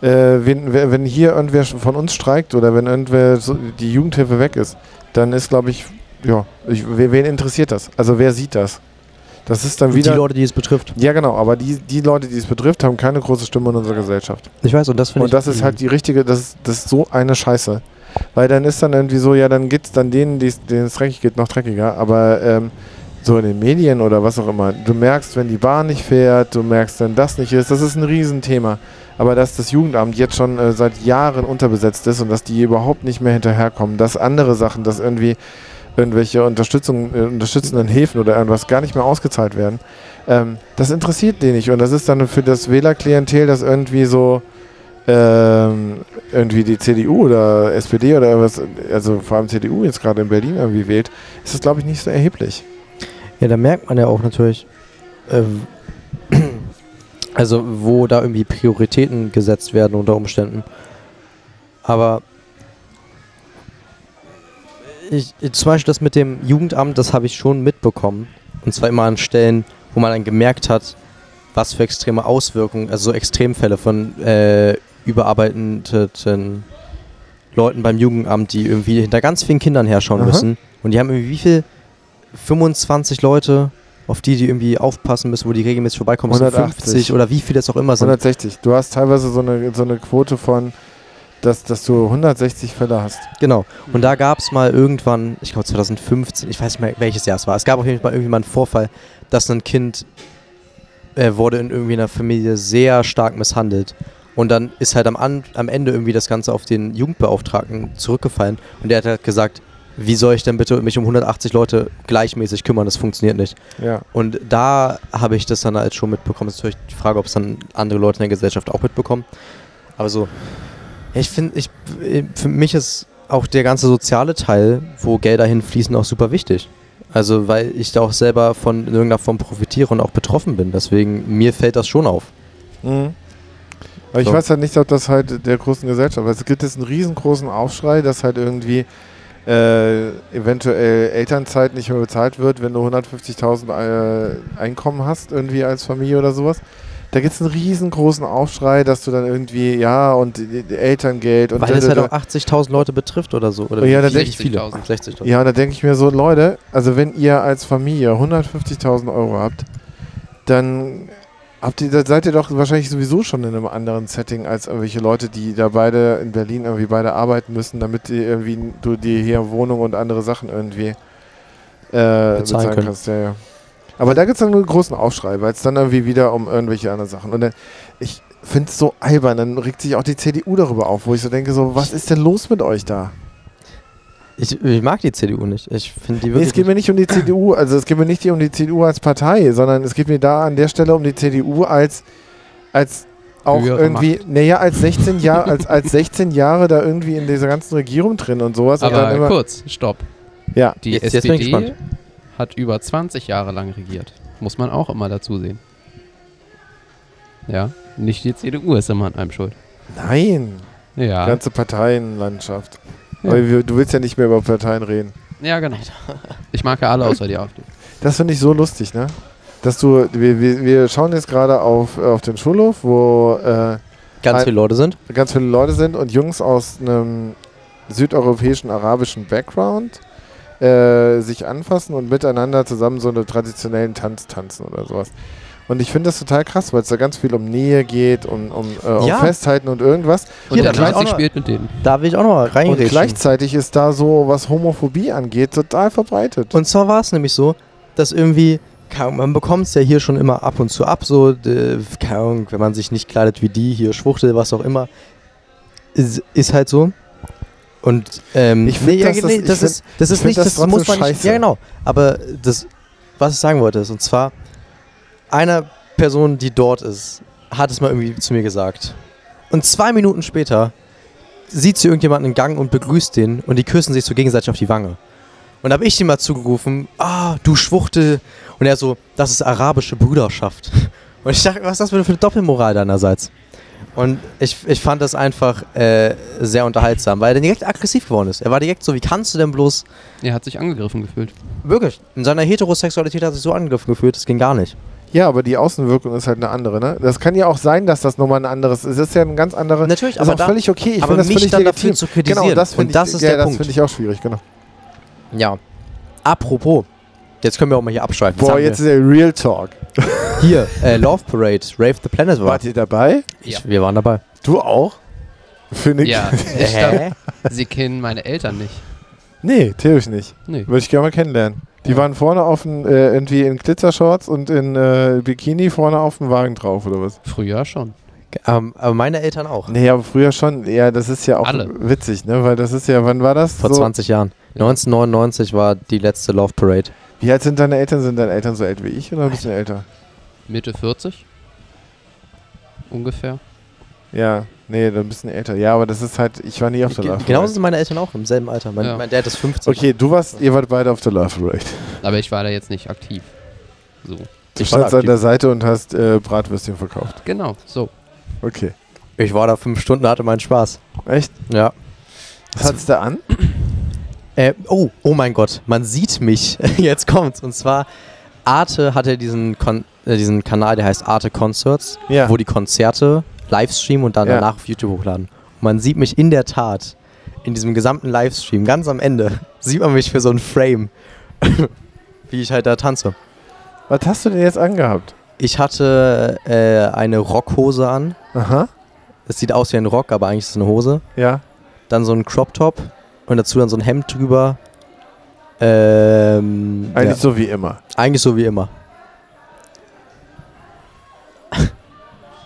Speaker 2: äh, wenn, wer- wenn hier irgendwer sch- von uns streikt oder wenn irgendwer so die Jugendhilfe weg ist, dann ist, glaube ich, ja, ich, we- wen interessiert das? Also wer sieht das? Das ist dann wieder.
Speaker 3: die Leute, die es betrifft.
Speaker 2: ja, genau, aber die, die Leute, die es betrifft, haben keine große Stimme in unserer Gesellschaft.
Speaker 3: Ich weiß, und das finde ich.
Speaker 2: Und das ist halt die richtige, das ist, das ist so eine Scheiße. Weil dann ist dann irgendwie so, ja, dann geht's dann denen, die's- denen es dreckig geht, noch dreckiger. Aber ähm, so in den Medien oder was auch immer, du merkst, wenn die Bahn nicht fährt, du merkst, wenn das nicht ist, das ist ein Riesenthema. Aber dass das Jugendamt jetzt schon äh, seit Jahren unterbesetzt ist und dass die überhaupt nicht mehr hinterherkommen, dass andere Sachen, dass irgendwie irgendwelche Unterstützung, äh, unterstützenden Hilfen oder irgendwas gar nicht mehr ausgezahlt werden, ähm, das interessiert die nicht. Und das ist dann für das Wählerklientel, das irgendwie so, ähm, irgendwie die CDU oder SPD oder was, also vor allem CDU jetzt gerade in Berlin irgendwie wählt, ist das glaube ich nicht so erheblich.
Speaker 3: Ja, da merkt man ja auch natürlich, ähm, also wo da irgendwie Prioritäten gesetzt werden unter Umständen. Aber ich, ich- zum Beispiel das mit dem Jugendamt, das habe ich schon mitbekommen. Und zwar immer an Stellen, wo man dann gemerkt hat, was für extreme Auswirkungen, also so Extremfälle von äh, überarbeiteten Leuten beim Jugendamt, die irgendwie hinter ganz vielen Kindern herschauen
Speaker 2: Aha.
Speaker 3: müssen. Und die haben irgendwie wie viel 25 Leute, auf die die irgendwie aufpassen müssen, wo die regelmäßig vorbeikommen, es sind
Speaker 2: 180.
Speaker 3: 50 oder wie viel das auch immer sind.
Speaker 2: 160. Also Du hast teilweise so eine, so eine Quote von, dass, dass du 160 Fälle hast.
Speaker 3: Genau. Und da gab es mal irgendwann, ich glaube 2015, ich weiß nicht mehr welches Jahr es war, es gab auf jeden Fall irgendwie mal einen Vorfall, dass ein Kind äh, wurde in irgendwie einer Familie sehr stark misshandelt. Und dann ist halt am, An am Ende irgendwie das Ganze auf den Jugendbeauftragten zurückgefallen. Und der hat halt gesagt, wie soll ich denn bitte mich um 180 Leute gleichmäßig kümmern? Das funktioniert nicht.
Speaker 2: Ja.
Speaker 3: Und da habe ich das dann als schon mitbekommen. Es ist natürlich die Frage, ob es dann andere Leute in der Gesellschaft auch mitbekommen. Aber so, ja, ich finde, ich, äh, für mich ist auch der ganze soziale Teil, wo Gelder hinfließen, auch super wichtig. Also, weil ich da auch selber von in irgendeiner Form profitiere und auch betroffen bin. Deswegen, mir fällt das schon auf.
Speaker 2: Mhm. Aber ich
Speaker 3: So.
Speaker 2: weiß halt nicht, ob das halt der großen Gesellschaft, weil es gibt jetzt einen riesengroßen Aufschrei, dass halt irgendwie äh, eventuell Elternzeit nicht mehr bezahlt wird, wenn du 150.000 äh, Einkommen hast, irgendwie als Familie oder sowas. Da gibt es einen riesengroßen Aufschrei, dass du dann irgendwie, ja, und die- die Elterngeld und
Speaker 3: Weil
Speaker 2: da,
Speaker 3: es
Speaker 2: da,
Speaker 3: halt
Speaker 2: da.
Speaker 3: auch 80.000 Leute betrifft oder so. Oder
Speaker 2: Ja,
Speaker 3: wie
Speaker 2: da
Speaker 3: viele?
Speaker 2: denk ich
Speaker 1: 60.000.
Speaker 3: 60.000.
Speaker 2: Ja, und da denke ich mir so, Leute, also wenn ihr als Familie 150.000 Euro habt, dann habt ihr, da seid ihr doch wahrscheinlich sowieso schon in einem anderen Setting als irgendwelche Leute, die da beide in Berlin irgendwie beide arbeiten müssen, damit die irgendwie du dir hier Wohnung und andere Sachen irgendwie äh, bezahlen,
Speaker 3: können.
Speaker 2: kannst. Ja, ja. Aber da gibt es dann einen großen Aufschrei, weil es dann irgendwie wieder um irgendwelche anderen Sachen. Und dann, ich finde es so albern, dann regt sich auch die CDU darüber auf, wo ich so denke, so, was ist denn los mit euch da?
Speaker 3: Ich, ich mag die CDU nicht. Ich finde die
Speaker 2: Nee, es
Speaker 3: wirklich.
Speaker 2: geht mir nicht um die CDU, also es geht mir nicht um die CDU als Partei, sondern es geht mir da an der Stelle um die CDU als, als auch
Speaker 1: Höhere
Speaker 2: irgendwie, naja, als 16 Jahre, als, als 16 Jahre da irgendwie in dieser ganzen Regierung drin und sowas. und dann
Speaker 1: Aber
Speaker 2: immer,
Speaker 1: kurz, stopp.
Speaker 2: Ja.
Speaker 1: Die
Speaker 3: Jetzt- jetzt bin ich
Speaker 1: SPD
Speaker 3: gespannt.
Speaker 1: hat über 20 Jahre lang regiert. Muss man auch immer dazu sehen. Ja, nicht die CDU ist immer an einem schuld.
Speaker 2: nein,
Speaker 1: Ja,
Speaker 2: ganze Parteienlandschaft.
Speaker 1: Ja.
Speaker 2: Aber wir- du willst ja nicht mehr über Parteien reden.
Speaker 1: ja genau. Ich mag ja alle außer die AfD.
Speaker 2: Das finde ich so lustig, ne? Dass du, wir, wir, wir schauen jetzt gerade auf, auf den Schulhof, wo äh,
Speaker 3: ganz viele Leute sind.
Speaker 2: ganz viele Leute sind und Jungs aus einem südeuropäischen arabischen Background äh, sich anfassen und miteinander zusammen so einen traditionellen Tanz tanzen oder sowas. Und ich finde das total krass, weil es da ganz viel um Nähe geht, um, um, äh, um
Speaker 3: Ja.
Speaker 2: Festhalten und irgendwas.
Speaker 1: Und
Speaker 3: da
Speaker 1: der
Speaker 3: gleich auch
Speaker 1: 30
Speaker 3: noch-
Speaker 1: spielt mit denen.
Speaker 3: Da will ich auch noch mal
Speaker 2: Und
Speaker 3: reingehen.
Speaker 2: gleichzeitig ist da so, was Homophobie angeht, total verbreitet.
Speaker 3: Und zwar war es nämlich so, dass irgendwie, keine Ahnung, man bekommt es ja hier schon immer ab und zu ab, so, äh, keine Ahnung, wenn man sich nicht kleidet wie die, hier Schwuchtel, was auch immer, ist, ist halt so. Und ähm,
Speaker 2: Ich find,
Speaker 3: ja,
Speaker 2: dass das- ich
Speaker 3: das,
Speaker 2: find-
Speaker 3: ist, das
Speaker 2: ich
Speaker 3: ist
Speaker 2: find
Speaker 3: nicht,
Speaker 2: das
Speaker 3: das,
Speaker 2: trotzdem
Speaker 3: muss man nicht.
Speaker 2: scheiße.
Speaker 3: Ja, genau. Aber das, was ich sagen wollte, ist, und zwar, einer Person, die dort ist, hat es mal irgendwie zu mir gesagt. Und zwei Minuten später sieht sie irgendjemanden im Gang und begrüßt den und die küssen sich so gegenseitig auf die Wange. Und habe ich ihm mal zugerufen, ah, du Schwuchtel. Und er so, das ist arabische Brüderschaft. Und ich dachte, was ist das für eine Doppelmoral deinerseits? Und ich, ich fand das einfach äh, sehr unterhaltsam, weil er direkt aggressiv geworden ist. Er war direkt so, wie kannst du denn bloß...
Speaker 1: Er hat sich angegriffen gefühlt.
Speaker 3: Wirklich, in seiner Heterosexualität hat er sich so angegriffen gefühlt, das ging gar nicht.
Speaker 2: Ja, aber die Außenwirkung ist halt eine andere. Ne? Das kann ja auch sein, dass das nochmal ein anderes ist. Das ist ja ein ganz anderes.
Speaker 3: Natürlich,
Speaker 2: ist
Speaker 3: aber
Speaker 2: auch
Speaker 3: da-
Speaker 2: völlig okay. Ich
Speaker 3: aber
Speaker 2: finde das
Speaker 3: mich
Speaker 2: völlig
Speaker 3: dann
Speaker 2: legitim.
Speaker 3: dafür zu kritisieren.
Speaker 2: Genau, das
Speaker 3: Und
Speaker 2: finde ich,
Speaker 3: das ist
Speaker 2: ja,
Speaker 3: der
Speaker 2: das
Speaker 3: Punkt.
Speaker 2: finde ich auch schwierig. Genau.
Speaker 3: Ja. Apropos, jetzt können wir auch mal hier abschalten.
Speaker 2: Boah,
Speaker 3: haben
Speaker 2: jetzt ist der Real Talk.
Speaker 3: wir. hier, äh, Love Parade, Rave the Planet war.
Speaker 2: Wart ihr dabei?
Speaker 1: Ja.
Speaker 3: Ich, wir waren dabei.
Speaker 2: Du auch? Finde ich.
Speaker 1: Ja,
Speaker 3: Äh,
Speaker 1: ich glaub, sie kennen meine Eltern nicht.
Speaker 2: Nee, theoretisch nicht.
Speaker 1: Nee.
Speaker 2: Würde ich gerne mal kennenlernen. Die
Speaker 1: Ja.
Speaker 2: waren vorne auf dem, äh, irgendwie in Glitzershorts und in äh, Bikini vorne auf dem Wagen drauf oder was?
Speaker 1: Früher schon.
Speaker 3: Ähm, aber meine Eltern auch.
Speaker 2: Nee, aber früher schon. Ja, das ist ja auch
Speaker 1: Alle.
Speaker 2: witzig, ne? Weil das ist ja, wann war das?
Speaker 3: Vor
Speaker 2: so,
Speaker 3: 20 Jahren. 1999 war die letzte Love Parade.
Speaker 2: Wie alt sind deine Eltern? Sind deine Eltern so alt wie ich oder ein bisschen älter?
Speaker 1: Mitte 40? Ungefähr.
Speaker 2: Ja, nee, dann ein bisschen älter. Ja, aber das ist halt, ich war nie auf der Love
Speaker 3: Genauso
Speaker 2: Parade.
Speaker 3: sind meine Eltern auch im selben Alter. Mein,
Speaker 1: Ja.
Speaker 3: mein Dad ist 15.
Speaker 2: Okay, du warst, ihr wart beide auf der Love Parade.
Speaker 1: Aber ich war da jetzt nicht aktiv. So.
Speaker 2: Du
Speaker 3: Ich war
Speaker 2: standst an
Speaker 3: aktiv.
Speaker 2: der Seite und hast äh, Bratwürstchen verkauft.
Speaker 1: Genau, so.
Speaker 2: Okay.
Speaker 3: Ich war da fünf Stunden, hatte meinen Spaß.
Speaker 2: Echt?
Speaker 3: Ja.
Speaker 2: Was hattest du an?
Speaker 3: Äh, oh, oh mein Gott, man sieht mich. Jetzt kommt's. Und zwar, Arte hatte diesen, Kon äh, diesen Kanal, der heißt Arte Concerts.
Speaker 2: Ja.
Speaker 3: wo die Konzerte livestreamen und dann
Speaker 2: Ja.
Speaker 3: danach auf YouTube hochladen. Und man sieht mich in der Tat in diesem gesamten Livestream, ganz am Ende, sieht man mich für so einen Frame, wie ich halt da tanze.
Speaker 2: Was hast du denn jetzt angehabt?
Speaker 3: Ich hatte äh, eine Rockhose an.
Speaker 2: Aha.
Speaker 3: Es sieht aus wie ein Rock, aber eigentlich ist es eine Hose.
Speaker 2: Ja.
Speaker 3: Dann so ein Crop Top und dazu dann so ein Hemd drüber. Ähm,
Speaker 2: Eigentlich
Speaker 3: ja.
Speaker 2: so wie immer.
Speaker 3: eigentlich so wie immer.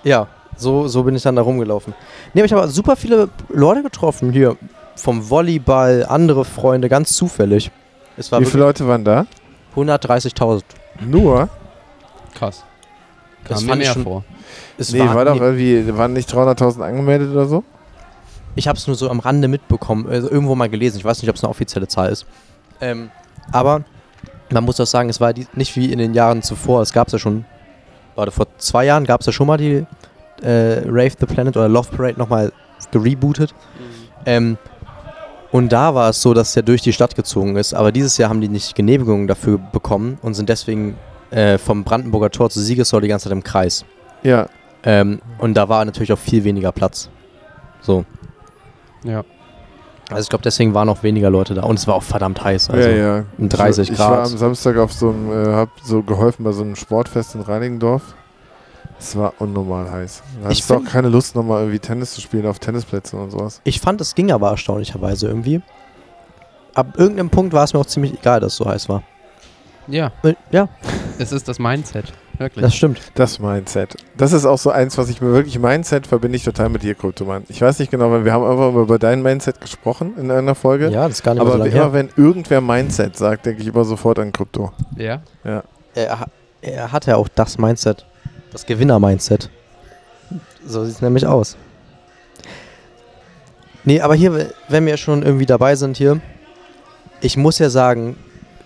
Speaker 3: ja, so, so bin ich dann da rumgelaufen. Nee, aber ich habe super viele Leute getroffen hier. Vom Volleyball, andere Freunde, ganz zufällig. Es war
Speaker 2: Wie viele Leute waren da?
Speaker 3: wirklich 130.000.
Speaker 2: Nur?
Speaker 1: Krass.
Speaker 3: Das
Speaker 1: Kam mir
Speaker 3: fand ich
Speaker 1: mehr
Speaker 3: schon-
Speaker 1: vor.
Speaker 3: Es
Speaker 2: nee,
Speaker 3: war,
Speaker 2: war, doch
Speaker 3: nee,
Speaker 2: irgendwie, waren nicht 300.000 angemeldet oder so?
Speaker 3: ich habe es nur so am Rande mitbekommen, also irgendwo mal gelesen. Ich weiß nicht, ob es eine offizielle Zahl ist. Ähm, aber man muss auch sagen, es war die, nicht wie in den Jahren zuvor. Es gab es ja schon, warte, vor zwei Jahren gab es ja schon mal die äh, Rave the Planet oder Love Parade nochmal gerebootet. Ähm, und da war es so, dass der durch die Stadt gezogen ist. Aber dieses Jahr haben die nicht Genehmigungen dafür bekommen und sind deswegen äh, vom Brandenburger Tor zu Siegessäule die ganze Zeit im Kreis.
Speaker 2: Ja,
Speaker 3: Ähm, und da war natürlich auch viel weniger Platz. So.
Speaker 1: Ja.
Speaker 3: Also ich glaube, deswegen waren auch weniger Leute da. Und es war auch verdammt heiß. Also.
Speaker 2: ja, ja.
Speaker 3: um 30
Speaker 2: Ich war
Speaker 3: Grad.
Speaker 2: am Samstag auf so einem, äh, hab so geholfen bei so einem Sportfest in Reinigendorf. Es war unnormal heiß. Da
Speaker 3: Ich
Speaker 2: hattest du auch
Speaker 3: find-
Speaker 2: keine Lust, nochmal irgendwie Tennis zu spielen auf Tennisplätzen und sowas.
Speaker 3: Ich fand, es ging aber erstaunlicherweise irgendwie. Ab irgendeinem Punkt war es mir auch ziemlich egal, dass es so heiß war. Äh,
Speaker 1: Ja,
Speaker 3: Ja,
Speaker 1: es ist das Mindset. Wirklich.
Speaker 3: das stimmt.
Speaker 2: Das Mindset. Das ist auch so eins, was ich mir wirklich, Mindset verbinde ich total mit dir, Kryptoman. Ich weiß nicht genau, weil wir haben einfach mal über dein Mindset gesprochen in einer Folge.
Speaker 3: Ja, das ist gar nicht
Speaker 2: aber
Speaker 3: mehr so
Speaker 2: wie
Speaker 3: lange
Speaker 2: immer,
Speaker 3: her.
Speaker 2: wenn irgendwer Mindset sagt, denke ich immer sofort an Krypto.
Speaker 1: ja.
Speaker 3: Er, ha- er hat ja auch das Mindset. Das Gewinner-Mindset. So sieht es nämlich aus. Nee, aber hier, wenn wir schon irgendwie dabei sind hier, ich muss ja sagen,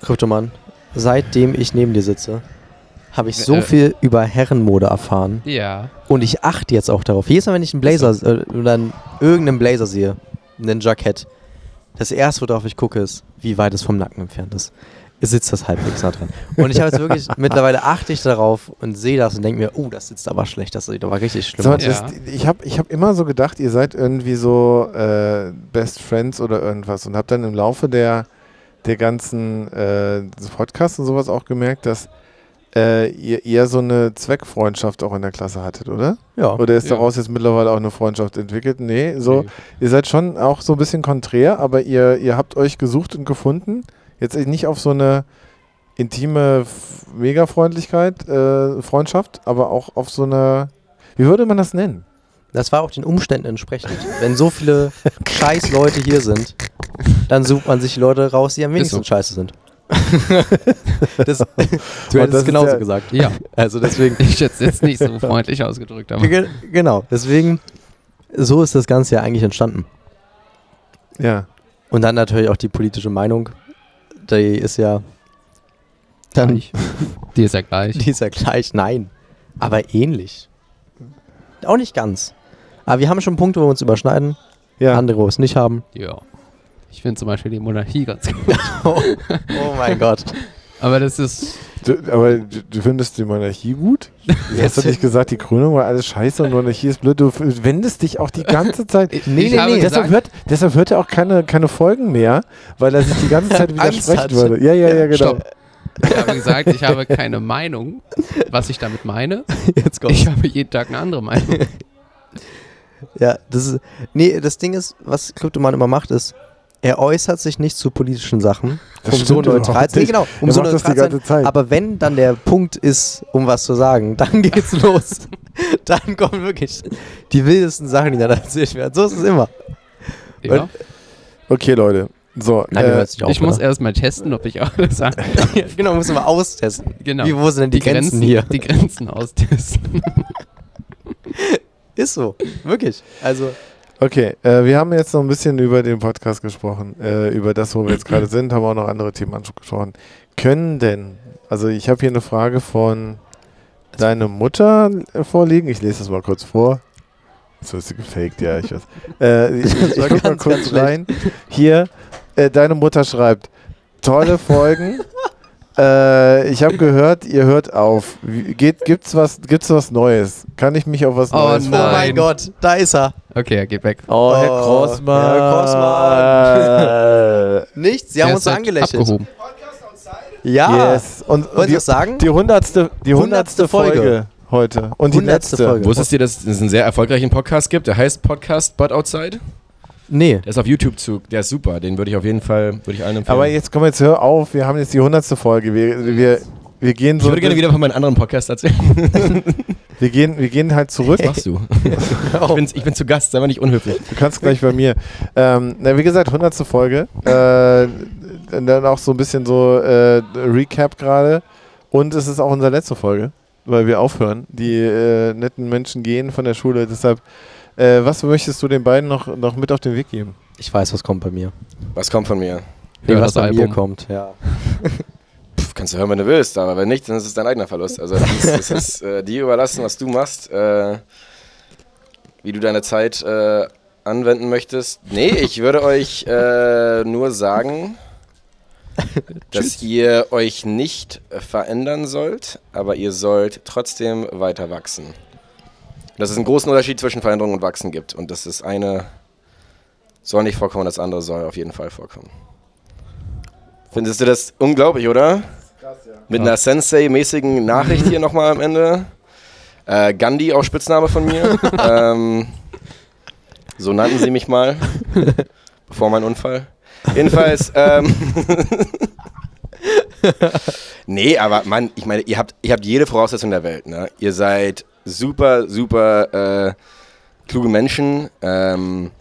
Speaker 3: Kryptomann, seitdem ich neben dir sitze, habe ich so
Speaker 1: Äh, äh.
Speaker 3: viel über Herrenmode erfahren.
Speaker 1: Ja.
Speaker 3: Und ich achte jetzt auch darauf. Jedes Mal, wenn ich einen Blazer äh, oder einen, irgendeinen Blazer sehe, einen Jackett, das erste, worauf ich gucke, ist, wie weit es vom Nacken entfernt ist. Sitzt das halbwegs nah dran. Und ich habe jetzt wirklich, mittlerweile achte ich darauf und sehe das und denke mir, oh, das sitzt aber schlecht, das sieht aber richtig schlimm
Speaker 2: Sag mal,
Speaker 3: aus.
Speaker 1: Ja.
Speaker 2: das, Genau. ich habe ich hab immer so gedacht, ihr seid irgendwie so äh, Best Friends oder irgendwas und habe dann im Laufe der, der ganzen äh, des Podcasts und sowas auch gemerkt, dass äh, ihr eher so eine Zweckfreundschaft auch in der Klasse hattet, oder?
Speaker 3: Ja.
Speaker 2: Oder ist
Speaker 1: Ja.
Speaker 2: daraus jetzt mittlerweile auch eine Freundschaft entwickelt? Nee, so,
Speaker 1: Nee.
Speaker 2: ihr seid schon auch so ein bisschen konträr, aber ihr, ihr habt euch gesucht und gefunden. Jetzt nicht auf so eine intime F- Mega-Freundlichkeit, äh, Freundschaft, aber auch auf so eine, wie würde man das nennen?
Speaker 3: Das war auch den Umständen entsprechend. Wenn so viele scheiß Leute hier sind, dann sucht man sich die Leute raus, die am wenigsten
Speaker 1: so.
Speaker 3: scheiße sind. das, du
Speaker 2: das
Speaker 3: hättest es
Speaker 2: ist
Speaker 3: genauso
Speaker 2: ja-
Speaker 3: gesagt.
Speaker 1: Ja,
Speaker 3: Also deswegen.
Speaker 1: ich hätte es jetzt nicht so freundlich ausgedrückt, aber
Speaker 3: Ge- Genau, deswegen, so ist das Ganze ja eigentlich entstanden.
Speaker 2: Ja.
Speaker 3: Und dann natürlich auch die politische Meinung, die ist ja, dann,
Speaker 1: gleich. Die ist ja gleich.
Speaker 3: die ist ja gleich, nein, aber ähnlich. Auch nicht ganz. Aber wir haben schon Punkte, wo wir uns überschneiden,
Speaker 2: Ja.
Speaker 3: andere, wo wir es nicht haben.
Speaker 1: Ja. Ich finde zum Beispiel die Monarchie ganz gut.
Speaker 3: Oh, mein Gott.
Speaker 1: Aber das ist.
Speaker 2: Du, aber du, du findest die Monarchie gut? Du hast doch nicht gesagt, die Krönung war alles scheiße und Monarchie ist blöd. Du f- wendest dich auch die ganze Zeit.
Speaker 1: Ich- ich habe
Speaker 2: Deshalb
Speaker 1: gesagt-
Speaker 2: hört, deshalb hört er auch keine, keine Folgen mehr, weil er sich die ganze Zeit
Speaker 3: Angst
Speaker 2: widersprechen
Speaker 3: hat.
Speaker 2: würde. Ja, ja, ja, genau.
Speaker 1: Stopp. Ich habe gesagt, ich habe keine Meinung, was ich damit meine.
Speaker 3: Jetzt kommt's.
Speaker 1: Ich habe jeden Tag eine andere Meinung.
Speaker 3: Ja, das ist. Nee, das Ding ist, was Kryptoman immer macht, ist, er äußert sich nicht zu politischen Sachen,
Speaker 2: Das
Speaker 3: um so
Speaker 2: stimmt
Speaker 3: neutral
Speaker 2: überhaupt
Speaker 3: zu nee,
Speaker 2: nicht.
Speaker 3: genau, um
Speaker 2: Er
Speaker 3: so
Speaker 2: macht das die
Speaker 3: neutral zu sein.
Speaker 2: ganze Zeit.
Speaker 3: Aber wenn dann der Punkt ist, um was zu sagen, dann geht's los. Dann kommen wirklich die wildesten Sachen, die dann erzählt werden. So ist es immer. Äh,
Speaker 1: Ja.
Speaker 2: Okay, Leute. So, äh,
Speaker 3: nicht
Speaker 1: Ich muss erstmal testen, ob ich alles sage.
Speaker 3: genau, muss immer austesten.
Speaker 1: Genau.
Speaker 3: Wie, wo sind denn die, Grenzen, hier?
Speaker 1: Die Grenzen austesten.
Speaker 3: Ist so, wirklich. Also,
Speaker 2: Okay, äh, wir haben jetzt noch ein bisschen über den Podcast gesprochen, äh, über das, wo wir jetzt gerade sind, haben auch noch andere Themen angesprochen. Können denn, also ich habe hier eine Frage von deiner Mutter äh, vorliegen, ich lese das mal kurz vor. So ist sie gefaked, ja, ich weiß. Äh, ich ich, ich guck mal
Speaker 3: Ganz, ganz
Speaker 2: kurz rein. Hier, äh, deine Mutter schreibt, tolle Folgen. Äh, ich habe gehört, ihr hört auf. Wie, geht, gibt's was? Gibt's was Neues? Kann ich mich auf was
Speaker 1: Oh
Speaker 2: Neues?
Speaker 1: nein.
Speaker 3: oh mein Gott, da ist er.
Speaker 1: Okay, er geht weg.
Speaker 2: Oh, Herr
Speaker 3: Oh,
Speaker 2: Grossmann.
Speaker 3: Herr Grossmann. Nichts, sie haben
Speaker 1: Er
Speaker 3: uns
Speaker 1: ist halt
Speaker 3: angelächelt.
Speaker 1: Abgehoben.
Speaker 3: Ja.
Speaker 2: yes. Und, und
Speaker 3: Wollen
Speaker 2: die,
Speaker 3: Sie was Ah, sagen?
Speaker 2: die hundertste, die hundertste
Speaker 3: Hundertste
Speaker 2: Folge.
Speaker 3: Folge.
Speaker 2: heute. Und die
Speaker 3: Hundertste
Speaker 2: letzte.
Speaker 3: Folge.
Speaker 5: Wusstest du, dass es einen sehr erfolgreichen Podcast gibt? Der heißt Podcast But Outside.
Speaker 3: Nee.
Speaker 5: Der ist auf YouTube zu. Der ist super. Den würde ich auf jeden Fall, würde ich allen empfehlen.
Speaker 2: Aber jetzt komm jetzt hör auf, wir haben jetzt die hundertste Folge. Wir, wir, wir gehen
Speaker 5: ich
Speaker 2: so.
Speaker 5: würde gerne wieder von meinem anderen Podcast erzählen.
Speaker 2: wir, gehen, wir gehen halt zurück.
Speaker 5: Was machst du?
Speaker 2: genau.
Speaker 5: ich, bin, ich bin zu Gast, sei mal nicht unhöflich.
Speaker 2: Du kannst gleich bei mir. Ähm, na, wie gesagt, hundertste Folge. Äh, und dann auch so ein bisschen so äh, Recap gerade. Und es ist auch unsere letzte Folge, weil wir aufhören. Die äh, netten Menschen gehen von der Schule. Deshalb, äh, was möchtest du den beiden noch, noch mit auf den Weg geben?
Speaker 3: Ich weiß, was kommt bei mir.
Speaker 5: Was kommt von mir?
Speaker 1: Hör
Speaker 3: was
Speaker 1: das
Speaker 3: bei mir
Speaker 1: Album.
Speaker 3: kommt, ja.
Speaker 5: Pff, kannst du hören, wenn du willst, aber wenn nicht, dann ist es dein eigener Verlust. Also das ist, das ist äh, dir überlassen, was du machst, äh, wie du deine Zeit äh, anwenden möchtest. Nee, ich würde euch äh, nur sagen, dass ihr euch nicht verändern sollt, aber ihr sollt trotzdem weiter wachsen. dass es einen großen Unterschied zwischen Veränderung und Wachsen gibt. Und das ist eine soll nicht vorkommen, das andere soll auf jeden Fall vorkommen. Findest du das unglaublich, oder? Mit einer Sensei-mäßigen Nachricht hier nochmal am Ende. Äh, Gandhi, auch Spitzname von mir. ähm, so nannten sie mich mal. bevor mein Unfall. Jedenfalls, ähm, Nee, aber Mann, ich meine, ihr habt, ihr habt jede Voraussetzung der Welt. Ne? Ihr seid super, super äh, kluge Menschen. Ähm,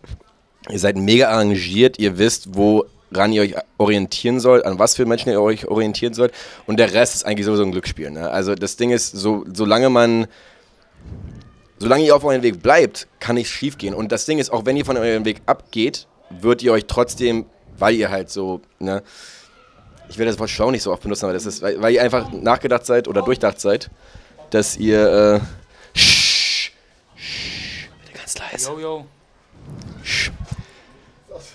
Speaker 5: ihr seid mega arrangiert. Ihr wisst, woran ihr euch orientieren sollt, an was für Menschen ihr euch orientieren sollt. Und der Rest ist eigentlich sowieso ein Glücksspiel. Ne? Also das Ding ist, so, solange man solange ihr auf euren Weg bleibt, kann nichts schief gehen. Und das Ding ist, auch wenn ihr von eurem Weg abgeht, wird ihr euch trotzdem, weil ihr halt so, ne, ich will das Wort schlau nicht so oft benutzen, aber das ist, weil, weil ihr einfach nachgedacht seid oder durchdacht seid, dass ihr, äh, shh, shh, bitte ganz leise.
Speaker 4: Yo, yo.
Speaker 5: Sch-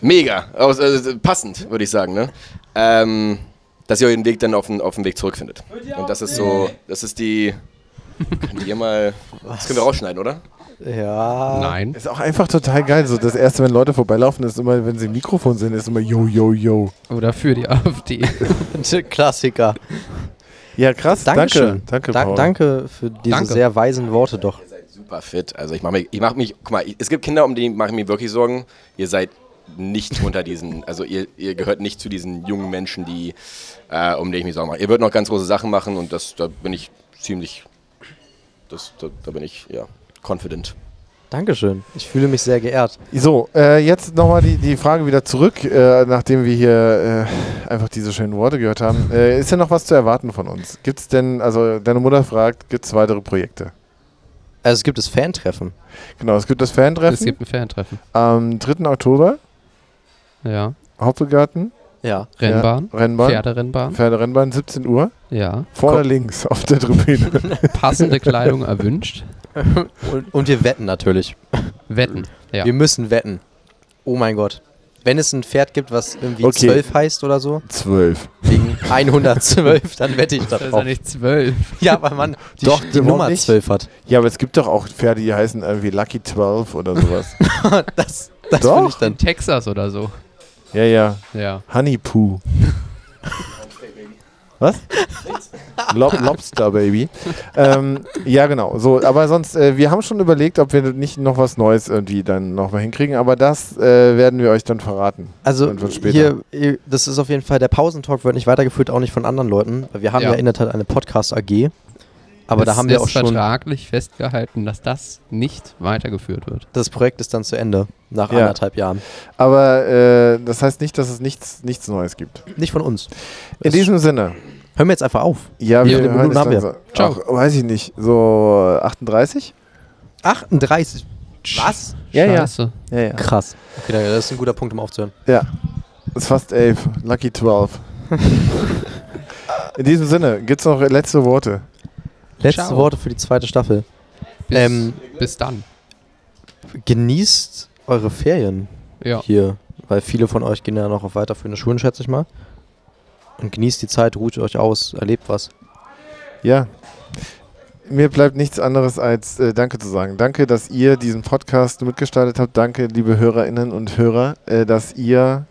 Speaker 5: Mega. Aus, äh, passend, würde ich sagen, ne? Ähm, dass ihr euren Weg dann auf den, auf den Weg zurückfindet. Und das ist so, das ist die. Könnt ihr mal. Das können wir rausschneiden, oder?
Speaker 3: Ja.
Speaker 1: Nein.
Speaker 2: Ist auch einfach total geil. So das erste, wenn Leute vorbeilaufen, ist immer, wenn sie im Mikrofon sind, ist immer yo, yo, yo.
Speaker 1: Oder für die AfD.
Speaker 3: Klassiker.
Speaker 2: Ja, krass.
Speaker 3: Dankeschön.
Speaker 2: Danke, danke,
Speaker 3: Da-
Speaker 2: Paul.
Speaker 3: danke für diese
Speaker 1: Danke.
Speaker 3: sehr weisen Worte doch.
Speaker 5: Ihr seid super fit. Also ich mache mich, ich mache mich, guck mal, es gibt Kinder, um die mache ich mir wirklich Sorgen. Ihr seid nicht unter diesen, also ihr, ihr gehört nicht zu diesen jungen Menschen, die, äh, um die ich mir Sorgen mache. Ihr würdet noch ganz große Sachen machen und das, da bin ich ziemlich, das, da, da bin ich, ja, confident.
Speaker 3: Dankeschön. Ich fühle mich sehr geehrt.
Speaker 2: So, äh, jetzt nochmal die, die Frage wieder zurück, äh, nachdem wir hier äh, einfach diese schönen Worte gehört haben. Äh, ist denn noch was zu erwarten von uns? Gibt's denn, also deine Mutter fragt, gibt es weitere Projekte?
Speaker 3: Also es gibt das Fantreffen.
Speaker 2: Genau, es gibt das
Speaker 1: Es
Speaker 2: Fantreffen
Speaker 1: gibt ein Fantreffen.
Speaker 2: am 3. Oktober,
Speaker 1: Ja.
Speaker 2: Hauptgarten,
Speaker 3: Ja.
Speaker 1: Rennbahn.
Speaker 2: Ja, Rennbahn,
Speaker 1: Pferderennbahn.
Speaker 2: Pferderennbahn, 17 Uhr,
Speaker 1: Ja.
Speaker 2: vorne links auf der Tribüne.
Speaker 1: Passende Kleidung erwünscht.
Speaker 3: Und, und wir wetten natürlich.
Speaker 1: Wetten. Ja.
Speaker 3: Wir müssen wetten. Oh mein Gott. Wenn es ein Pferd gibt, was irgendwie
Speaker 2: Okay.
Speaker 3: 12 heißt oder so,
Speaker 2: 12.
Speaker 3: wegen 112, dann wette ich da
Speaker 1: Das ist ja
Speaker 3: drauf.
Speaker 1: nicht zwölf.
Speaker 3: Ja, weil man die,
Speaker 2: Doch,
Speaker 3: die
Speaker 2: warum
Speaker 3: Nummer
Speaker 2: nicht?
Speaker 3: 12 hat.
Speaker 2: Ja, aber es gibt doch auch Pferde, die heißen irgendwie Lucky 12 oder sowas.
Speaker 3: Das, das
Speaker 2: Doch.
Speaker 3: finde ich dann.
Speaker 1: In Texas oder so.
Speaker 2: ja, ja.
Speaker 1: Ja.
Speaker 2: Honey Poo. Was? Lob Lobster Baby. ähm, ja, genau. So, aber sonst, äh, wir haben schon überlegt, ob wir nicht noch was Neues irgendwie dann nochmal hinkriegen, aber das äh, werden wir euch dann verraten.
Speaker 3: Also
Speaker 2: Irgendwann später.
Speaker 3: hier, hier, das ist auf jeden Fall, der Pausentalk wird nicht weitergeführt, auch nicht von anderen Leuten. weil Wir haben ja,
Speaker 1: Ja.
Speaker 3: in der Tat eine Podcast-AG, aber da
Speaker 1: Es
Speaker 3: haben wir auch
Speaker 1: ist
Speaker 3: schon,
Speaker 1: vertraglich festgehalten, dass das nicht weitergeführt wird.
Speaker 3: das Projekt ist dann zu Ende, nach
Speaker 2: Ja.
Speaker 3: anderthalb Jahren.
Speaker 2: Aber äh, das heißt nicht, dass es nichts, nichts Neues gibt.
Speaker 3: Nicht von uns.
Speaker 2: In
Speaker 3: Es-
Speaker 2: diesem Sinne.
Speaker 3: Hören wir jetzt einfach auf.
Speaker 2: Ja,
Speaker 1: Wie
Speaker 2: wir
Speaker 1: viele
Speaker 2: hören
Speaker 3: Minuten
Speaker 2: es
Speaker 3: haben
Speaker 2: dann
Speaker 3: wir?
Speaker 2: So, auch, weiß ich nicht. So 38?
Speaker 3: 38. Was?
Speaker 2: Ja, ja.
Speaker 1: Scheiße.
Speaker 2: Ja, ja.
Speaker 3: Krass. Okay, danke, das ist ein guter Punkt, um aufzuhören.
Speaker 2: Ja, ist fast 11. Lucky 12. In diesem Sinne, gibt's noch letzte Worte?
Speaker 3: Letzte
Speaker 1: Ciao.
Speaker 3: Worte für die zweite Staffel.
Speaker 1: Bis,
Speaker 3: Ähm,
Speaker 1: bis dann.
Speaker 3: Genießt eure Ferien
Speaker 1: Ja.
Speaker 3: hier, weil viele von euch gehen ja noch auf weiterführende Schulen, schätze ich mal. Und genießt die Zeit, ruht euch aus, erlebt was.
Speaker 2: Ja. Mir bleibt nichts anderes als äh, Danke zu sagen. Danke, dass ihr diesen Podcast mitgestaltet habt. Danke, liebe Hörerinnen und Hörer, äh, dass ihr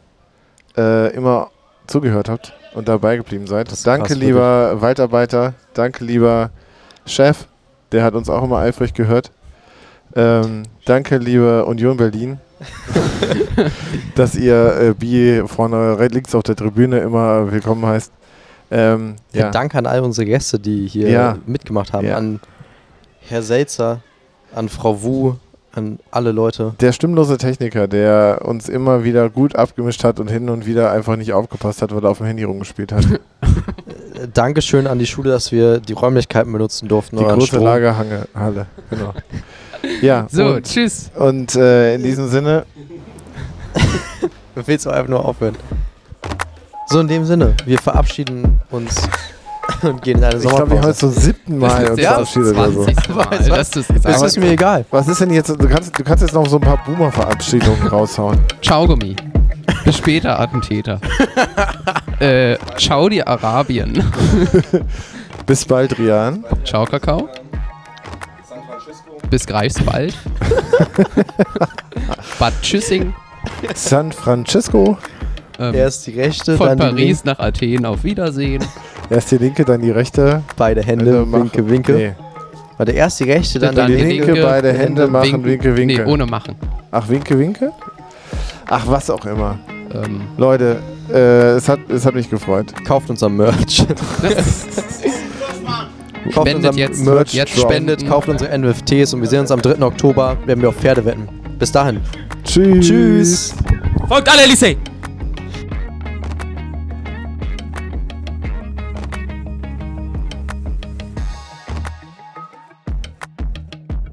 Speaker 2: äh, immer zugehört habt und dabei geblieben seid.
Speaker 3: Das ist
Speaker 2: Danke,
Speaker 3: krass,
Speaker 2: lieber Waldarbeiter. Danke, lieber Chef. Der hat uns auch immer eifrig gehört. Ähm, danke, liebe Union Berlin, dass ihr äh, Bi vorne rechts- links auf der Tribüne immer willkommen heißt. Ähm,
Speaker 3: Ja.
Speaker 2: ja.
Speaker 3: Danke an all unsere Gäste, die hier
Speaker 2: Ja.
Speaker 3: mitgemacht haben.
Speaker 2: Ja.
Speaker 3: An Herr Selzer, an Frau Wu, an alle Leute.
Speaker 2: Der stimmlose Techniker, der uns immer wieder gut abgemischt hat und hin und wieder einfach nicht aufgepasst hat, weil er auf dem Handy rumgespielt hat.
Speaker 3: Äh, Dankeschön an die Schule, dass wir die Räumlichkeiten benutzen durften.
Speaker 2: Die
Speaker 3: oder an
Speaker 2: große
Speaker 3: Strom.
Speaker 2: Lagerhalle. Halle. Genau. Ja.
Speaker 1: So,
Speaker 2: Und,
Speaker 1: tschüss.
Speaker 2: und äh, in diesem Sinne,
Speaker 3: Willst du einfach nur aufhören? So, in dem Sinne, wir verabschieden uns und gehen in eine
Speaker 2: ich glaube, wir haben jetzt
Speaker 3: Sommerpause.
Speaker 2: zum siebten
Speaker 1: Das
Speaker 2: Mal
Speaker 1: ist
Speaker 2: uns
Speaker 1: ja
Speaker 2: verabschiedet oder so.
Speaker 1: 20. Mal,
Speaker 3: Weiß was?
Speaker 1: dass du's gesagt
Speaker 3: Es
Speaker 1: hast.
Speaker 3: ist mir egal.
Speaker 2: Was ist denn jetzt? Du kannst, du kannst jetzt noch so ein paar Boomer-Verabschiedungen raushauen.
Speaker 1: Ciaogummi. Bis später, Attentäter. äh, ciao, die Arabien.
Speaker 2: Bis bald, Rian.
Speaker 1: Ciao, Kakao.
Speaker 5: San Francisco.
Speaker 1: Bis Greifswald. Bad Tschüssing.
Speaker 2: San Francisco.
Speaker 1: Ähm,
Speaker 3: Erst die rechte,
Speaker 1: von
Speaker 3: dann die
Speaker 1: Paris
Speaker 3: linke,
Speaker 1: nach Athen. Auf Wiedersehen.
Speaker 2: Erst die linke, dann die rechte.
Speaker 3: beide Hände,
Speaker 2: Hände
Speaker 3: winke,
Speaker 2: Also machen-
Speaker 3: winke.
Speaker 2: Nee.
Speaker 3: Warte, erst die rechte, dann,
Speaker 2: Dann
Speaker 3: die
Speaker 2: die
Speaker 3: linke.
Speaker 2: linke, beide Hände machen, winke, winke.
Speaker 1: Nee, ohne machen.
Speaker 2: Ach, winke, winke? Ach, was auch immer.
Speaker 1: Ähm,
Speaker 2: Leute, äh, es, hat, es hat mich gefreut.
Speaker 3: Kauft unser Merch. kauft
Speaker 1: spendet jetzt.
Speaker 2: Merch
Speaker 1: jetzt
Speaker 2: Drop.
Speaker 3: spendet, kauft unsere NFTs und wir sehen uns am 3. Oktober, werden wir auf Pferde wetten. Bis dahin.
Speaker 2: Tschüss.
Speaker 3: Tschüss.
Speaker 1: Folgt alle, Lisey!